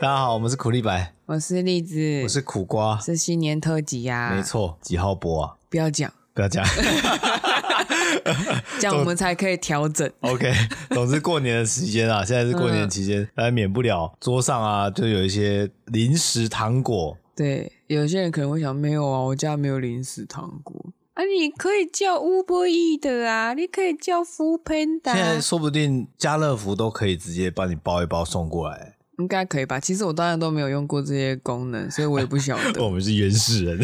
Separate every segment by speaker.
Speaker 1: 大家好，我们是苦力白，
Speaker 2: 我是栗子，
Speaker 1: 我是苦瓜，
Speaker 2: 这新年特辑呀、
Speaker 1: 没，错，几号播啊？
Speaker 2: 不 要讲，
Speaker 1: 不要讲。
Speaker 2: 这样我们才可以 调整。
Speaker 1: OK，总之过年的时间啊，现在是过年期
Speaker 2: 嗯
Speaker 1: 间，大家免不了桌上啊，就有一些零食、糖果。
Speaker 2: 对，有些人可能会想，没有啊，我家没有零食糖果啊，你可以叫 Uber E 的啊，你可以叫啊 f o o Panda，
Speaker 1: 现在说不定家乐福都可以直接帮你包一包送过来。
Speaker 2: 应该可以吧？其实我当然都没有用过这些功能，所以我也不晓 得。
Speaker 1: 我们是原始人，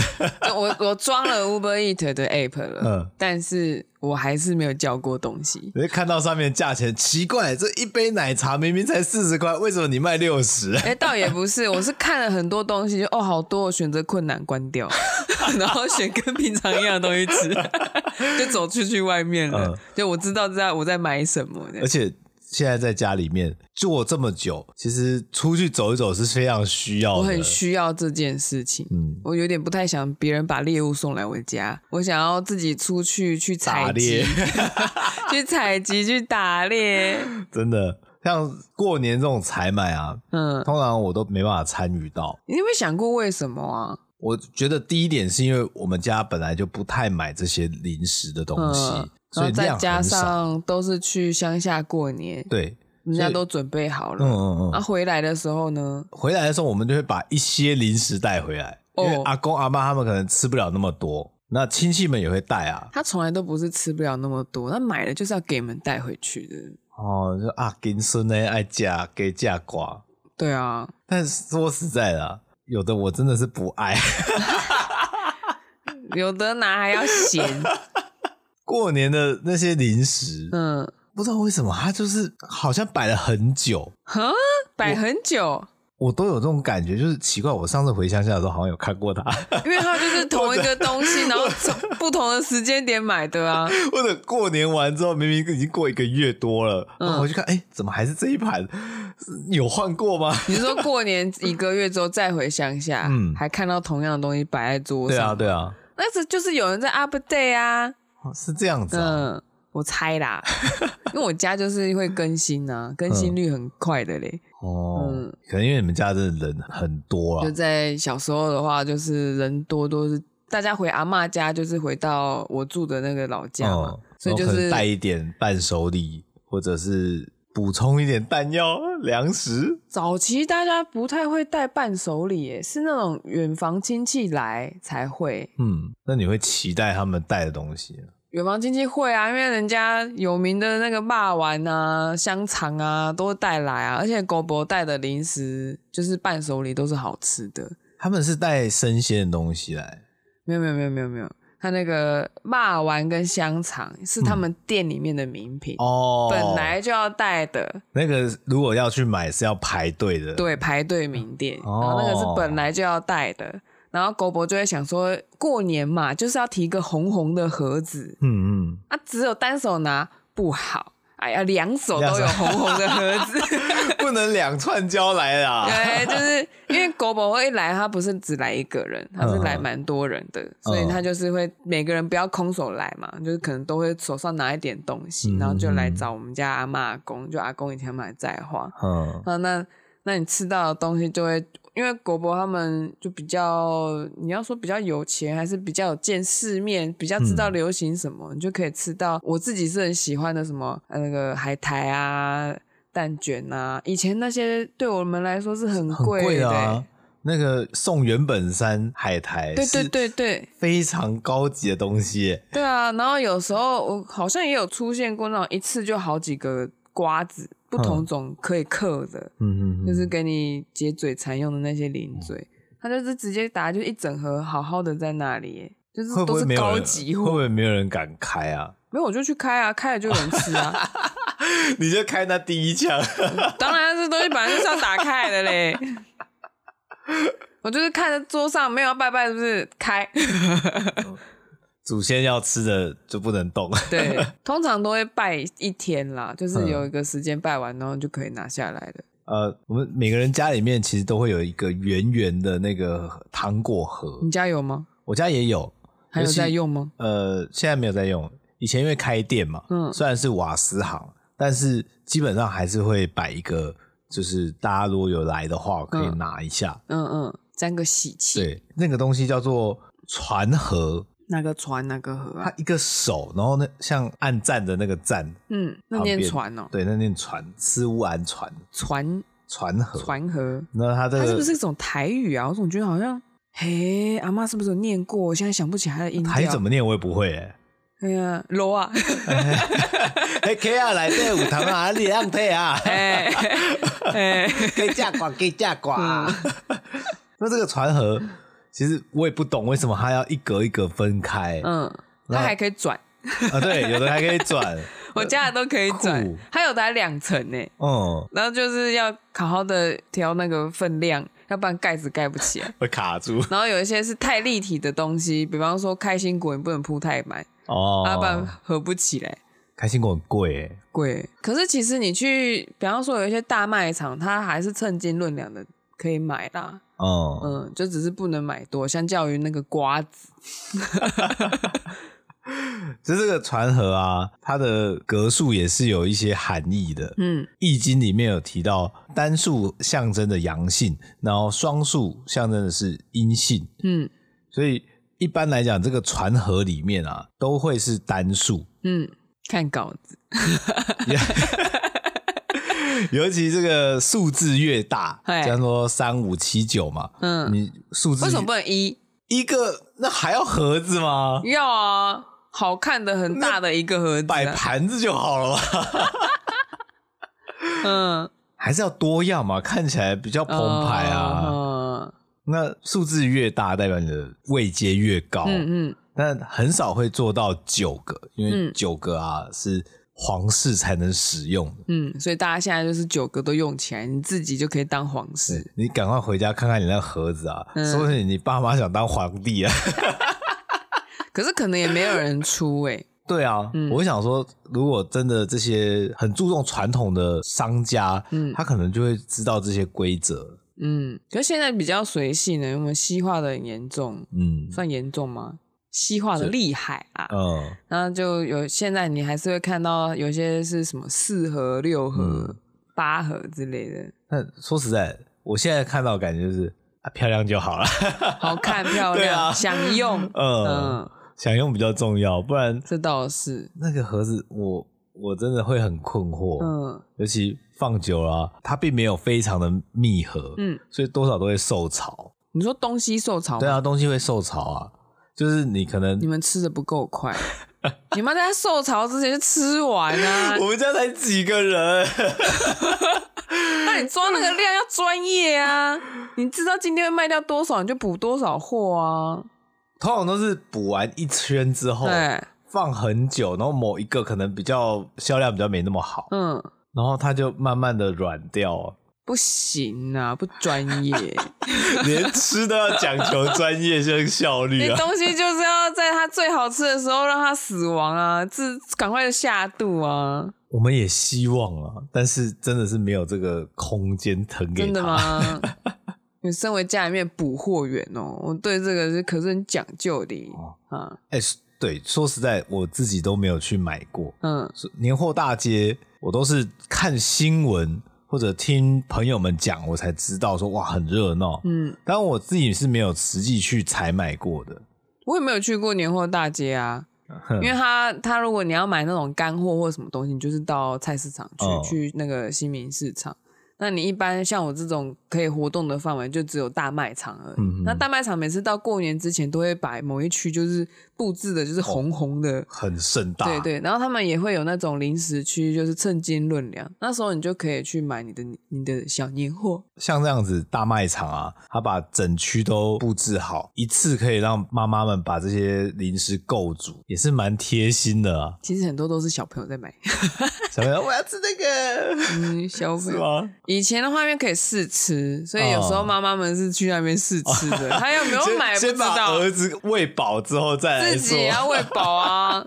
Speaker 2: 我我装了 Uber Eat 的 app 了，
Speaker 1: 嗯
Speaker 2: 但是我还是没有叫过东西。
Speaker 1: 你会看到上面价钱，奇怪，这一杯奶茶明明才四十块，为什么你卖六十？
Speaker 2: 哎、倒也不是，我是看了很多东西，就哦，好多，我选择困难关掉， 然后选跟平常一样的东西吃， 就走出去外面了。
Speaker 1: 嗯
Speaker 2: 就我知道在我在买什么
Speaker 1: 而
Speaker 2: 的，
Speaker 1: 且现在在家里面坐这么久，其实出去走一走是非常需要的。
Speaker 2: 我很需要这件事情。
Speaker 1: 嗯，
Speaker 2: 我有点不太想别人把猎物送来我家，我想要自己出去去
Speaker 1: 打
Speaker 2: 采
Speaker 1: 猎
Speaker 2: 集， 去采集，去打猎。
Speaker 1: 真的像过年这种采买啊，
Speaker 2: 嗯，
Speaker 1: 通常我都没办法参与到。
Speaker 2: 你有没有想过为什么啊？
Speaker 1: 我觉得第一点是因为我们家本来就不太买这些零食的东西，
Speaker 2: 嗯
Speaker 1: 所
Speaker 2: 然
Speaker 1: 以
Speaker 2: 后再
Speaker 1: 量
Speaker 2: 加
Speaker 1: 很少。
Speaker 2: 上都是去乡下过年，
Speaker 1: 对，
Speaker 2: 人家
Speaker 1: 所以
Speaker 2: 都准备好
Speaker 1: 嗯
Speaker 2: 了。
Speaker 1: 嗯
Speaker 2: 啊，
Speaker 1: 嗯。
Speaker 2: 回来的时候呢，
Speaker 1: 回来的时候，我们就会把一些零食带回来，因为
Speaker 2: 哦
Speaker 1: 阿公阿妈他们可能吃不了那么多，那亲戚们也会带啊。
Speaker 2: 他从来都不是吃不了那么多，他买了就是要给你们带回去的。
Speaker 1: 哦，就啊，金孙呢爱嫁给嫁瓜，
Speaker 2: 对啊，
Speaker 1: 但是说实在的啊、有的我真的是不爱。
Speaker 2: 有的拿还 要咸，
Speaker 1: 过年的那些零食，
Speaker 2: 嗯，
Speaker 1: 不知道为什么它就是好像摆了很久，
Speaker 2: 哼，摆很久，
Speaker 1: 我都有这种感觉，就是奇怪，我上次回乡下的时候好像有看过它，
Speaker 2: 因为他就是同一个东西，然后从不同的时间点买 的啊。
Speaker 1: 或者过年完之后明明已经过一个月多了，
Speaker 2: 嗯
Speaker 1: 然后回去看，哎、怎么还是这一盘？是有换过吗？
Speaker 2: 你是说过年一个月之后再回乡下，
Speaker 1: 嗯
Speaker 2: 还看到同样的东西摆在桌
Speaker 1: 对
Speaker 2: 上，
Speaker 1: 啊，对啊，
Speaker 2: 那是就是有人在 update 啊，
Speaker 1: 是这样子啊。
Speaker 2: 嗯，我 猜啦，因为我家就是会更新啊，更
Speaker 1: 嗯
Speaker 2: 新率很快的嘞。
Speaker 1: 哦，
Speaker 2: 嗯
Speaker 1: 可能因为你们家的人很多啊
Speaker 2: 就。在小时候的话，就是人多多是大家回阿嬷家，就是回到我住的那个老家嘛，
Speaker 1: 嗯，
Speaker 2: 所以
Speaker 1: 然
Speaker 2: 就
Speaker 1: 后可
Speaker 2: 是
Speaker 1: 能带一点伴手礼，或者是补充一点弹药、粮食。
Speaker 2: 早期大家不太会带伴手礼耶，是那种远房亲戚来才会。
Speaker 1: 嗯，那你会期待他们带的东西？
Speaker 2: 远房亲戚会啊，因为人家有名的那个霸丸啊、香肠啊都带来啊，而且狗博带的零食就是伴手礼都是好吃的。
Speaker 1: 他们是带生鲜的东西来，
Speaker 2: 没有没有没有没有没有，他那个霸丸跟香肠是他们店里面的名品。
Speaker 1: 哦，
Speaker 2: 本来就要带的，
Speaker 1: 那个如果要去买是要排队的，，
Speaker 2: 对，排队名店，
Speaker 1: 哦
Speaker 2: 然后那个是本来就要带的。然后狗博就会想说，过年嘛，就是要提一个红红的盒子
Speaker 1: 嗯
Speaker 2: 啊，只有单手拿不好，哎呀，两手
Speaker 1: 两
Speaker 2: 都
Speaker 1: 手
Speaker 2: 有红红的盒子。
Speaker 1: 嗯，不能两串交来啊啦。
Speaker 2: 对，就是因为狗博会来，他不是只来一个人，他是
Speaker 1: 嗯
Speaker 2: 来蛮多人的，所以他就是会每个人不要空手来嘛，就是可能都会手上拿一点东西，
Speaker 1: 嗯
Speaker 2: 然后就来
Speaker 1: 嗯
Speaker 2: 找我们家阿妈阿公，就阿公以前买在花，
Speaker 1: 嗯，
Speaker 2: 啊，那那你吃到的东西就会，因为国博他们就比较，你要说比较有钱，还是比较有见世面，比较知道
Speaker 1: 嗯
Speaker 2: 流行什么，你就可以吃到我自己是很喜欢的什么呃那个海苔啊、蛋卷啊，以前那些对我们来说是很
Speaker 1: 很
Speaker 2: 贵
Speaker 1: 贵的
Speaker 2: 欸
Speaker 1: 啊。那个送原本山海苔，
Speaker 2: 对对，对对
Speaker 1: 非常高级的东西耶。
Speaker 2: 对啊，然后有时候我好像也有出现过那种一次就好几个瓜子，不同
Speaker 1: 嗯
Speaker 2: 种可以嗑的，
Speaker 1: 嗯嗯，嗯哦
Speaker 2: 就是给你解嘴馋用的那些零嘴，他就是直接打，就一整盒好好的在那里耶，就是
Speaker 1: 会不
Speaker 2: 都
Speaker 1: 会
Speaker 2: 是
Speaker 1: 没有
Speaker 2: 高
Speaker 1: 人？
Speaker 2: 级
Speaker 1: 会不
Speaker 2: 货。
Speaker 1: 会没有人敢开啊？
Speaker 2: 没有，我就去开啊，开了就有人吃啊。
Speaker 1: 你就开那第一枪，
Speaker 2: 当然，这东西本来就是要打开来的嘞。我就是看着桌上没有要拜拜，是不是开？
Speaker 1: 祖先要吃的就不能动。
Speaker 2: 对，通常都会拜一天啦，就是
Speaker 1: 嗯
Speaker 2: 有一个时间拜完，然后就可以拿下来了。
Speaker 1: 呃，我们每个人家里面其实都会有一个圆圆的那个糖果盒，
Speaker 2: 你家有吗？
Speaker 1: 我家也有，
Speaker 2: 还有
Speaker 1: 尤其
Speaker 2: 在用吗？
Speaker 1: 呃，现在没有在用。以前因为开店嘛，
Speaker 2: 嗯
Speaker 1: 虽然是瓦斯行，但是基本上还是会摆一个就是大家如果有来的话，可以拿一下。
Speaker 2: 嗯嗯，沾个喜气。
Speaker 1: 对，那个东西叫做船盒，
Speaker 2: 那个船那个河
Speaker 1: 它
Speaker 2: 啊？
Speaker 1: 一个手，然后呢像按赞的那个赞，
Speaker 2: 嗯，那
Speaker 1: 旁
Speaker 2: 念
Speaker 1: 边
Speaker 2: 船哦，
Speaker 1: 对，那念船，斯乌安船
Speaker 2: 船
Speaker 1: 船盒。
Speaker 2: 船河，
Speaker 1: 呃那它这
Speaker 2: 它
Speaker 1: 个
Speaker 2: 是不是一种台语啊？我总觉得好像，嘿，阿妈是不是有念过？我现在想不起来它的音调。
Speaker 1: 台语怎？么念我也不会 哎、
Speaker 2: 哎呀，楼 啊，
Speaker 1: 欸。K 啊，来队舞堂啊， 你让退啊，
Speaker 2: 哎哎，
Speaker 1: 给架挂，给架 挂。
Speaker 2: 嗯
Speaker 1: 那这个船盒，其实我也不懂为什么它要一格一格分开、
Speaker 2: 嗯，它还可以转，
Speaker 1: 啊？对，有的还可以转，
Speaker 2: 我家的都可以转
Speaker 1: 呃酷，
Speaker 2: 它有的还两层呢。
Speaker 1: 嗯，
Speaker 2: 然后就是要好好的调那个分量，要不然盖子盖不 起来。
Speaker 1: 会卡住
Speaker 2: 然后有一些是太立体的东西，比方说开心果，你不能铺太满，
Speaker 1: 哦。
Speaker 2: 啊要不然合不起来。
Speaker 1: 开心果很贵、欸，
Speaker 2: 贵，可是其实你去，比方说有一些大卖场，它还是称斤论两的可以买啦。
Speaker 1: 嗯，
Speaker 2: 嗯，就只是不能买多，相较于那个瓜子，
Speaker 1: 其实这个船盒啊，它的格数也是有一些含义的。
Speaker 2: 嗯，
Speaker 1: 易经》里面有提到，单数象征的阳性，然后双数象征的是阴性，
Speaker 2: 嗯
Speaker 1: 所以一般来讲，这个船盒里面啊，都会是单数，
Speaker 2: 嗯，看稿子，
Speaker 1: 尤其这个数字越大，
Speaker 2: 嘿
Speaker 1: 像说三五七九嘛，
Speaker 2: 嗯，
Speaker 1: 你数字
Speaker 2: 为什么不能一？
Speaker 1: 一个，那还要盒子吗？
Speaker 2: 要啊，好看的很大的一个盒子、
Speaker 1: 摆
Speaker 2: 啊，
Speaker 1: 盘子就好了嘛，
Speaker 2: 嗯，哦
Speaker 1: 还是要多样嘛，看起来比较澎湃啊。
Speaker 2: 嗯
Speaker 1: 那数字越大，代表你的位阶越高，
Speaker 2: 嗯嗯，
Speaker 1: 但很少会做到九个，因为
Speaker 2: 嗯
Speaker 1: 九个啊、是皇室才能使用的。
Speaker 2: 嗯，所以大家现在就是九个都用起来，你自己就可以当皇室。
Speaker 1: 你赶快回家看看你那盒子啊，
Speaker 2: 嗯
Speaker 1: 说不定你爸妈想当皇帝啊。
Speaker 2: 可是可能也没有人出哎、
Speaker 1: 对啊，我想说，如果真的这些很注重传统的商家，
Speaker 2: 嗯
Speaker 1: 他可能就会知道这些规则。
Speaker 2: 嗯，可是现在比较随性了，我们西化的很严重，
Speaker 1: 嗯
Speaker 2: 算严重吗？西化的
Speaker 1: 是
Speaker 2: 厉害啊，
Speaker 1: 嗯，
Speaker 2: 然后就有现在你还是会看到有些是什么四盒、六盒、
Speaker 1: 嗯
Speaker 2: 八盒之类的，
Speaker 1: 那说实在，我现在看到的感觉就是、啊、漂亮就好了。
Speaker 2: 好看漂
Speaker 1: 对
Speaker 2: 亮，
Speaker 1: 啊
Speaker 2: 想用，
Speaker 1: 嗯，
Speaker 2: 嗯，
Speaker 1: 享用比较重要，不然
Speaker 2: 这倒是，
Speaker 1: 那个盒子我我真的会很困惑。
Speaker 2: 嗯
Speaker 1: 尤其放久了啊、它并没有非常的密合，
Speaker 2: 嗯，
Speaker 1: 所以多少都会受潮。
Speaker 2: 你说东西受潮吗，
Speaker 1: 对啊，东西会受潮啊，就是你可能
Speaker 2: 你们吃的不够 快，你们在它受潮之前就吃完啊
Speaker 1: ，我们家才几个人，
Speaker 2: 那你抓那个量要专业啊，你知道今天会卖掉多少，你就补多少货啊，
Speaker 1: 通常都是补完一圈之后
Speaker 2: 对。
Speaker 1: 放很久，然后某一个可能比较销量比较没那么好，
Speaker 2: 嗯，
Speaker 1: 然后它就慢慢的软掉哦，
Speaker 2: 不行啊，不专业。
Speaker 1: 连吃都要讲求专业跟效
Speaker 2: 你
Speaker 1: 率啊。
Speaker 2: 东西就是要在它最好吃的时候让它死亡啊，自赶快下肚啊！
Speaker 1: 我们也希望啊，但是真的是没有这个空间腾给
Speaker 2: 真的
Speaker 1: 他。
Speaker 2: 吗？你身为家里面捕获员哦，我对这个是可是很讲究的
Speaker 1: 哦
Speaker 2: 啊。
Speaker 1: 哎、对，说实在，我自己都没有去买过。
Speaker 2: 嗯
Speaker 1: 是年货大街，我都是看新闻或者听朋友们讲，我才知道说哇很热闹。
Speaker 2: 嗯，
Speaker 1: 当然我自己是没有实际去采买过的。
Speaker 2: 我也没有去过年货大街啊，因为它它如果你要买那种干货或什么东西，你就是到菜市场去、
Speaker 1: 哦
Speaker 2: 去那个新民市场。那你一般像我这种可以活动的范围，就只有大卖场而已。
Speaker 1: 嗯哼
Speaker 2: 那大卖场每次到过年之前，都会把某一区就是布置的，就是红红的。
Speaker 1: 很盛哦大，
Speaker 2: 对，对，然后他们也会有那种零食区，就是称斤论两，那时候你就可以去买你的你的小年货。
Speaker 1: 像这样子大卖场啊，他把整区都布置好，一次可以让妈妈们把这些零食购足，也是蛮贴心的 啊。
Speaker 2: 其实很多都是小朋友在买，
Speaker 1: 小朋友，我要吃这个，
Speaker 2: 嗯，小 朋
Speaker 1: 是
Speaker 2: 友
Speaker 1: 吗？
Speaker 2: 以前的画面可以试吃，所以有时候
Speaker 1: 哦
Speaker 2: 妈妈们是去那边试吃的， 她有没有
Speaker 1: 先
Speaker 2: 买不知
Speaker 1: 先把
Speaker 2: 道，
Speaker 1: 儿子喂饱之后再来
Speaker 2: 自
Speaker 1: 说
Speaker 2: 己也。要喂饱 啊。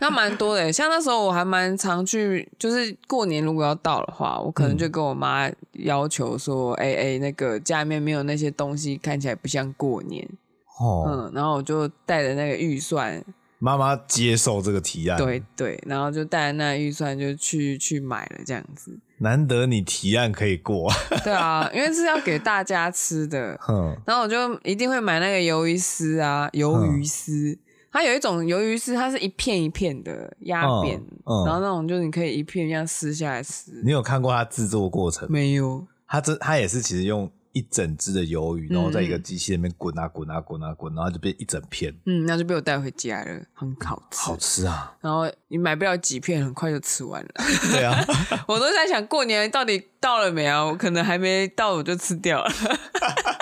Speaker 2: 那蛮多的，欸像那时候我还蛮常去，就是过年如果要到的话，我
Speaker 1: 嗯
Speaker 2: 可能就跟我妈要求说，哎、哎、那个家里面没有那些东西，看起来不像过年，嗯
Speaker 1: 哦，
Speaker 2: 嗯，然后我就带着那个预算，
Speaker 1: 妈妈接受这个提案，
Speaker 2: 对对，然后就带着那预算就去去买了这样子。
Speaker 1: 难得你提案可以 过，
Speaker 2: 对啊，因为是要给大家吃的，
Speaker 1: 哼，
Speaker 2: 然后我就一定会买那个鱿鱼丝啊，鱿
Speaker 1: 嗯
Speaker 2: 鱼丝。它有一种鱿鱼丝，它是一片一片的压扁，
Speaker 1: 嗯嗯
Speaker 2: 然后那种就是你可以一片这样撕下来吃。
Speaker 1: 你有看过它制作过程吗？
Speaker 2: 没有，
Speaker 1: 它这它也是其实用一整只的鱿鱼，然后在一个机器里面滚啊滚啊滚啊滚，然后就变一整片，
Speaker 2: 嗯，那就被我带回家了，很好吃。
Speaker 1: 好吃啊！
Speaker 2: 然后你买不了几片，很快就吃完了。
Speaker 1: 对啊，
Speaker 2: 我都在想过年到底到了没啊？我可能还没到，我就吃掉了。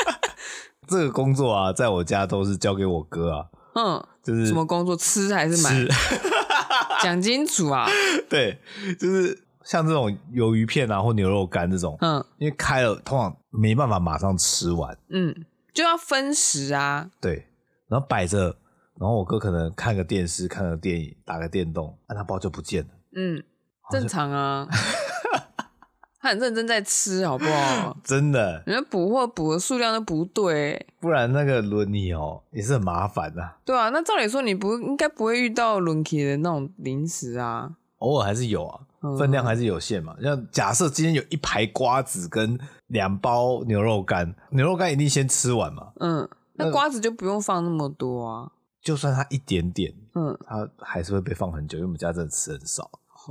Speaker 1: 这个工作啊，在我家都是交给我哥啊，
Speaker 2: 嗯，
Speaker 1: 就是
Speaker 2: 什么工作吃还是买？
Speaker 1: 吃，
Speaker 2: 讲清楚啊。
Speaker 1: 对，就是像这种鱿鱼片啊或牛肉干这种，
Speaker 2: 嗯
Speaker 1: 因为开了通常没办法马上吃完，
Speaker 2: 嗯，就要分食啊。
Speaker 1: 对，然后摆着，然后我哥可能看个电视、看个电影、打个电动，啊，那包就不见了。
Speaker 2: 嗯，正常啊。 他很认真在吃，好不 好？
Speaker 1: 真的，
Speaker 2: 人家补货补的数量都不对、
Speaker 1: 不然那个轮你哦也是很麻烦呐、
Speaker 2: 对啊。那照理说，你不应该不会遇到轮起的那种零食啊。
Speaker 1: 偶尔还是有啊
Speaker 2: 嗯，
Speaker 1: 分量还是有限嘛。像假设今天有一排瓜子跟两包牛肉干，牛肉干一定先吃完嘛，
Speaker 2: 嗯，那瓜子就不用放那么多啊。
Speaker 1: 就算它一点点，
Speaker 2: 嗯，
Speaker 1: 它还是会被放很久，因为我们家真的吃很少。
Speaker 2: 哦，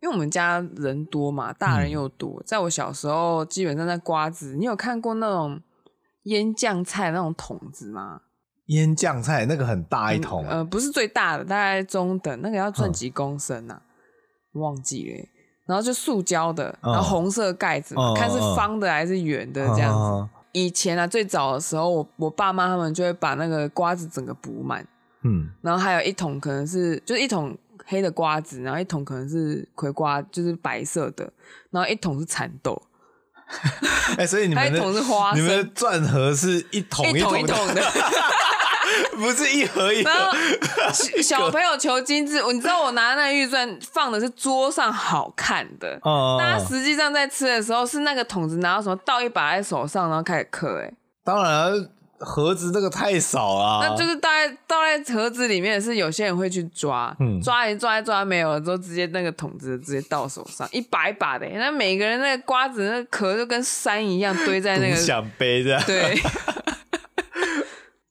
Speaker 2: 因为我们家人多嘛，大人又
Speaker 1: 嗯
Speaker 2: 多。在我小时候，基本上在瓜子，你有看过那种腌酱菜那种桶子吗？
Speaker 1: 腌酱菜那个很大一桶、啊
Speaker 2: 呃，不是最大的，大概中等，那个要算
Speaker 1: 嗯
Speaker 2: 几公升啊？忘记了欸。然后就塑胶的，
Speaker 1: 嗯
Speaker 2: 然后红色盖子嘛，
Speaker 1: 嗯嗯
Speaker 2: 看是
Speaker 1: 嗯
Speaker 2: 方的还是圆的这样子。
Speaker 1: 啊
Speaker 2: 以前啊，最早的时候，我我爸妈他们就会把那个瓜子整个补满，
Speaker 1: 嗯
Speaker 2: 然后还有一桶可能是就是一桶黑的瓜子，然后一桶可能是葵瓜，就是白色的，然后一桶是蚕豆，
Speaker 1: 哎、所以你
Speaker 2: 还
Speaker 1: 们
Speaker 2: 有
Speaker 1: 的
Speaker 2: 一桶是花
Speaker 1: 你们的
Speaker 2: 生，
Speaker 1: 钻盒是一桶
Speaker 2: 一
Speaker 1: 桶
Speaker 2: 桶一
Speaker 1: 的，
Speaker 2: 桶的。
Speaker 1: 不是一盒一盒
Speaker 2: 然。 后小小朋友求精致，你知道我拿那个预算放的是桌上好看的，
Speaker 1: 哦
Speaker 2: 大家实际上在吃的时候是那个桶子拿到什么倒一把在手上，然后开始嗑、欸，
Speaker 1: 当然啊盒子这个太少了，啊
Speaker 2: 那就是倒在倒在盒子里面的是有些人会去抓，
Speaker 1: 嗯
Speaker 2: 抓一抓一抓没有了之后，直接那个桶子直接到手上，一把一把的、欸那每个人那个瓜子那个壳就跟山一样堆 在那
Speaker 1: 独
Speaker 2: 个，
Speaker 1: 享杯这样。
Speaker 2: 对，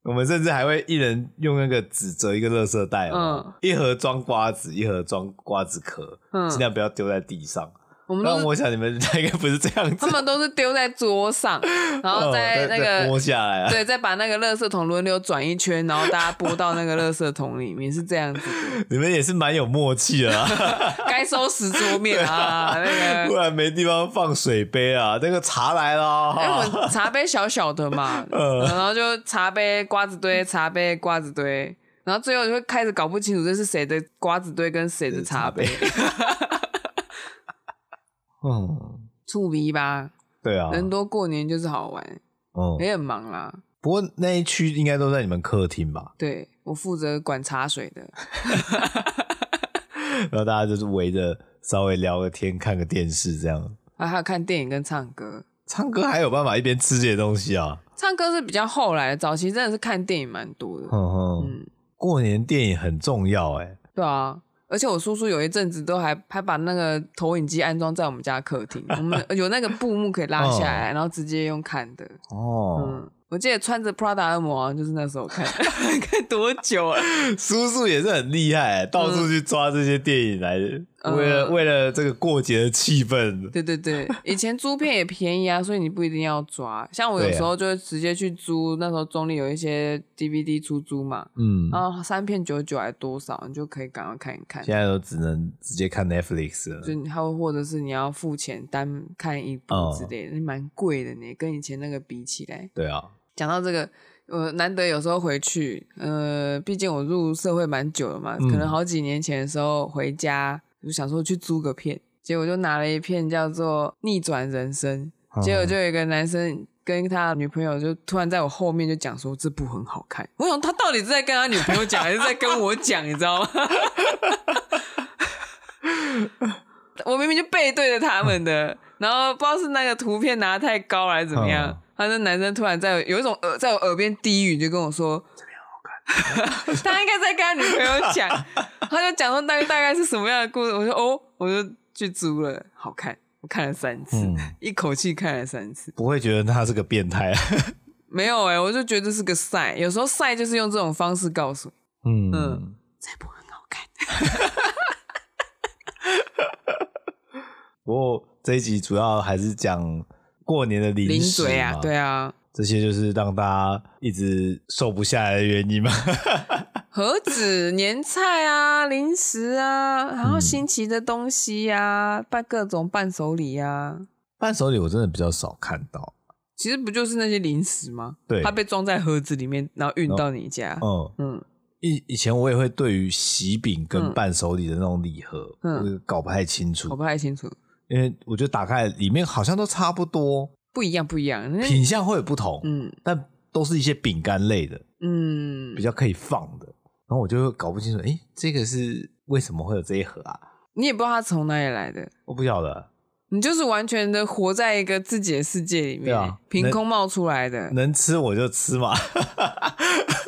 Speaker 1: 我们甚至还会一人用那个纸折一个垃圾袋，嗯
Speaker 2: 嗯，
Speaker 1: 一盒装瓜子，一盒装瓜子壳，
Speaker 2: 嗯
Speaker 1: 尽量不要丢在地上。
Speaker 2: 我们都
Speaker 1: 但
Speaker 2: 是
Speaker 1: 我想你们应该不是这样子
Speaker 2: 他，们都是丢在桌上，然后在
Speaker 1: 嗯再
Speaker 2: 那
Speaker 1: 再
Speaker 2: 个
Speaker 1: 摸。下来啊。
Speaker 2: 对，再把那个垃圾桶轮流转一圈，然后大家拨到那个垃圾桶里面，是这样子的。
Speaker 1: 你们也是蛮有默契的啊，
Speaker 2: 该收拾桌面 啊，那个
Speaker 1: 不然没地方放水杯啊。那个茶来了
Speaker 2: 因哎为我
Speaker 1: 啊，
Speaker 2: 们茶杯小小的嘛，
Speaker 1: 嗯
Speaker 2: 然后就茶杯瓜子堆，茶杯瓜子堆，然后最后就会开始搞不清楚这是谁的瓜子堆跟谁的茶杯，
Speaker 1: 嗯，
Speaker 2: 触鼻吧。
Speaker 1: 对啊，
Speaker 2: 人多过年就是好玩，
Speaker 1: 嗯。
Speaker 2: 也很忙啦。
Speaker 1: 不过那一区应该都在你们客厅吧？
Speaker 2: 对我负责管茶水的，
Speaker 1: 然后大家就是围着稍微聊个天，看个电视这样。
Speaker 2: 啊，还有看电影跟唱歌。
Speaker 1: 唱歌还有办法一边吃这些东西啊？
Speaker 2: 唱歌是比较后来的，早期真的是看电影蛮多的。
Speaker 1: 哼哼，
Speaker 2: 嗯，
Speaker 1: 过年电影很重要哎、
Speaker 2: 对啊。而且我叔叔有一阵子都还还把那个投影机安装在我们家客厅，我们 有那个布幕可以拉下来，然后直接用看的。
Speaker 1: 哦，
Speaker 2: 嗯，我记得穿着 Prada 恶魔好像就是那时候看， 看多 久啊？
Speaker 1: 叔叔也是很厉害，到处去抓这些电影来，
Speaker 2: 嗯
Speaker 1: 为了为了这个过节的气氛。
Speaker 2: 对对对，以前租片也便宜啊，所以你不一定要抓。像我有
Speaker 1: 对啊
Speaker 2: 时候就会直接去租，那时候中立有一些 DVD 出租嘛，
Speaker 1: 嗯，
Speaker 2: 然后三片九九还多少，你就可以赶快看一看。
Speaker 1: 现在都只能直接看 Netflix 了
Speaker 2: 就。你还有或者是你要付钱单看一部
Speaker 1: 哦
Speaker 2: 之类的，蛮贵的呢，跟以前那个比起来。
Speaker 1: 对啊，
Speaker 2: 讲到这个，呃，难得有时候回去，呃，毕竟我入社会蛮久了嘛，
Speaker 1: 嗯
Speaker 2: 可能好几年前的时候回家，就想说去租个片，结果就拿了一片叫做《逆转人生》，
Speaker 1: 嗯
Speaker 2: 嗯结果就有一个男生。跟他女朋友就突然在我后面就讲说这部很好看，我想他到底是在跟他女朋友讲还是在跟我讲，你知道吗？ 我明明就背对着他们的，然后不知道是那个图片拿得太高了还是怎么样
Speaker 1: 嗯，
Speaker 2: 他那男生突然在有一种耳在我耳边低语，就跟我说：“ 他应该在跟他女朋友讲，他就讲说大大概是什么样的故事。我说哦，我就去租了，好看，我看了三次，
Speaker 1: 嗯
Speaker 2: 一口气看了三次。
Speaker 1: 不会觉得他是个变态。啊
Speaker 2: 没有哎、我就觉得是个赛，有时候赛就是用这种方式告诉你，
Speaker 1: 嗯
Speaker 2: 嗯这部很好看。
Speaker 1: 不过这一集主要还是讲过年的零
Speaker 2: 零
Speaker 1: 食
Speaker 2: 嘴啊
Speaker 1: 嘛，
Speaker 2: 对啊，
Speaker 1: 这些就是让大家一直瘦不下来的原 因嘛。
Speaker 2: 何 止年菜啊、零食啊，然
Speaker 1: 嗯
Speaker 2: 后新奇的东西呀、啊，伴各种伴手礼啊，
Speaker 1: 伴手礼我真的比较少看到，
Speaker 2: 其实不就是那些零食吗？
Speaker 1: 对
Speaker 2: 它被装在盒子里面，然后运到你家。
Speaker 1: 嗯，
Speaker 2: 嗯，
Speaker 1: 以以前我也会对于喜饼跟
Speaker 2: 嗯
Speaker 1: 伴手礼的那种礼盒，
Speaker 2: 嗯
Speaker 1: 我搞不太清楚
Speaker 2: 我，不太清楚，
Speaker 1: 因为我觉得打开里面好像都差不多，
Speaker 2: 不一样，不一样。那
Speaker 1: 品相会有不同，
Speaker 2: 嗯
Speaker 1: 但都是一些饼干类的，
Speaker 2: 嗯
Speaker 1: 比，较可以放的。然后我就搞不清楚，诶，这个是为什么会有这一盒啊？
Speaker 2: 你也不知道它从哪里来的，
Speaker 1: 我不晓得，
Speaker 2: 你就是完全的活在一个自己的世界里
Speaker 1: 对
Speaker 2: 面，
Speaker 1: 啊
Speaker 2: 凭空冒出来的。
Speaker 1: 能吃我就吃嘛，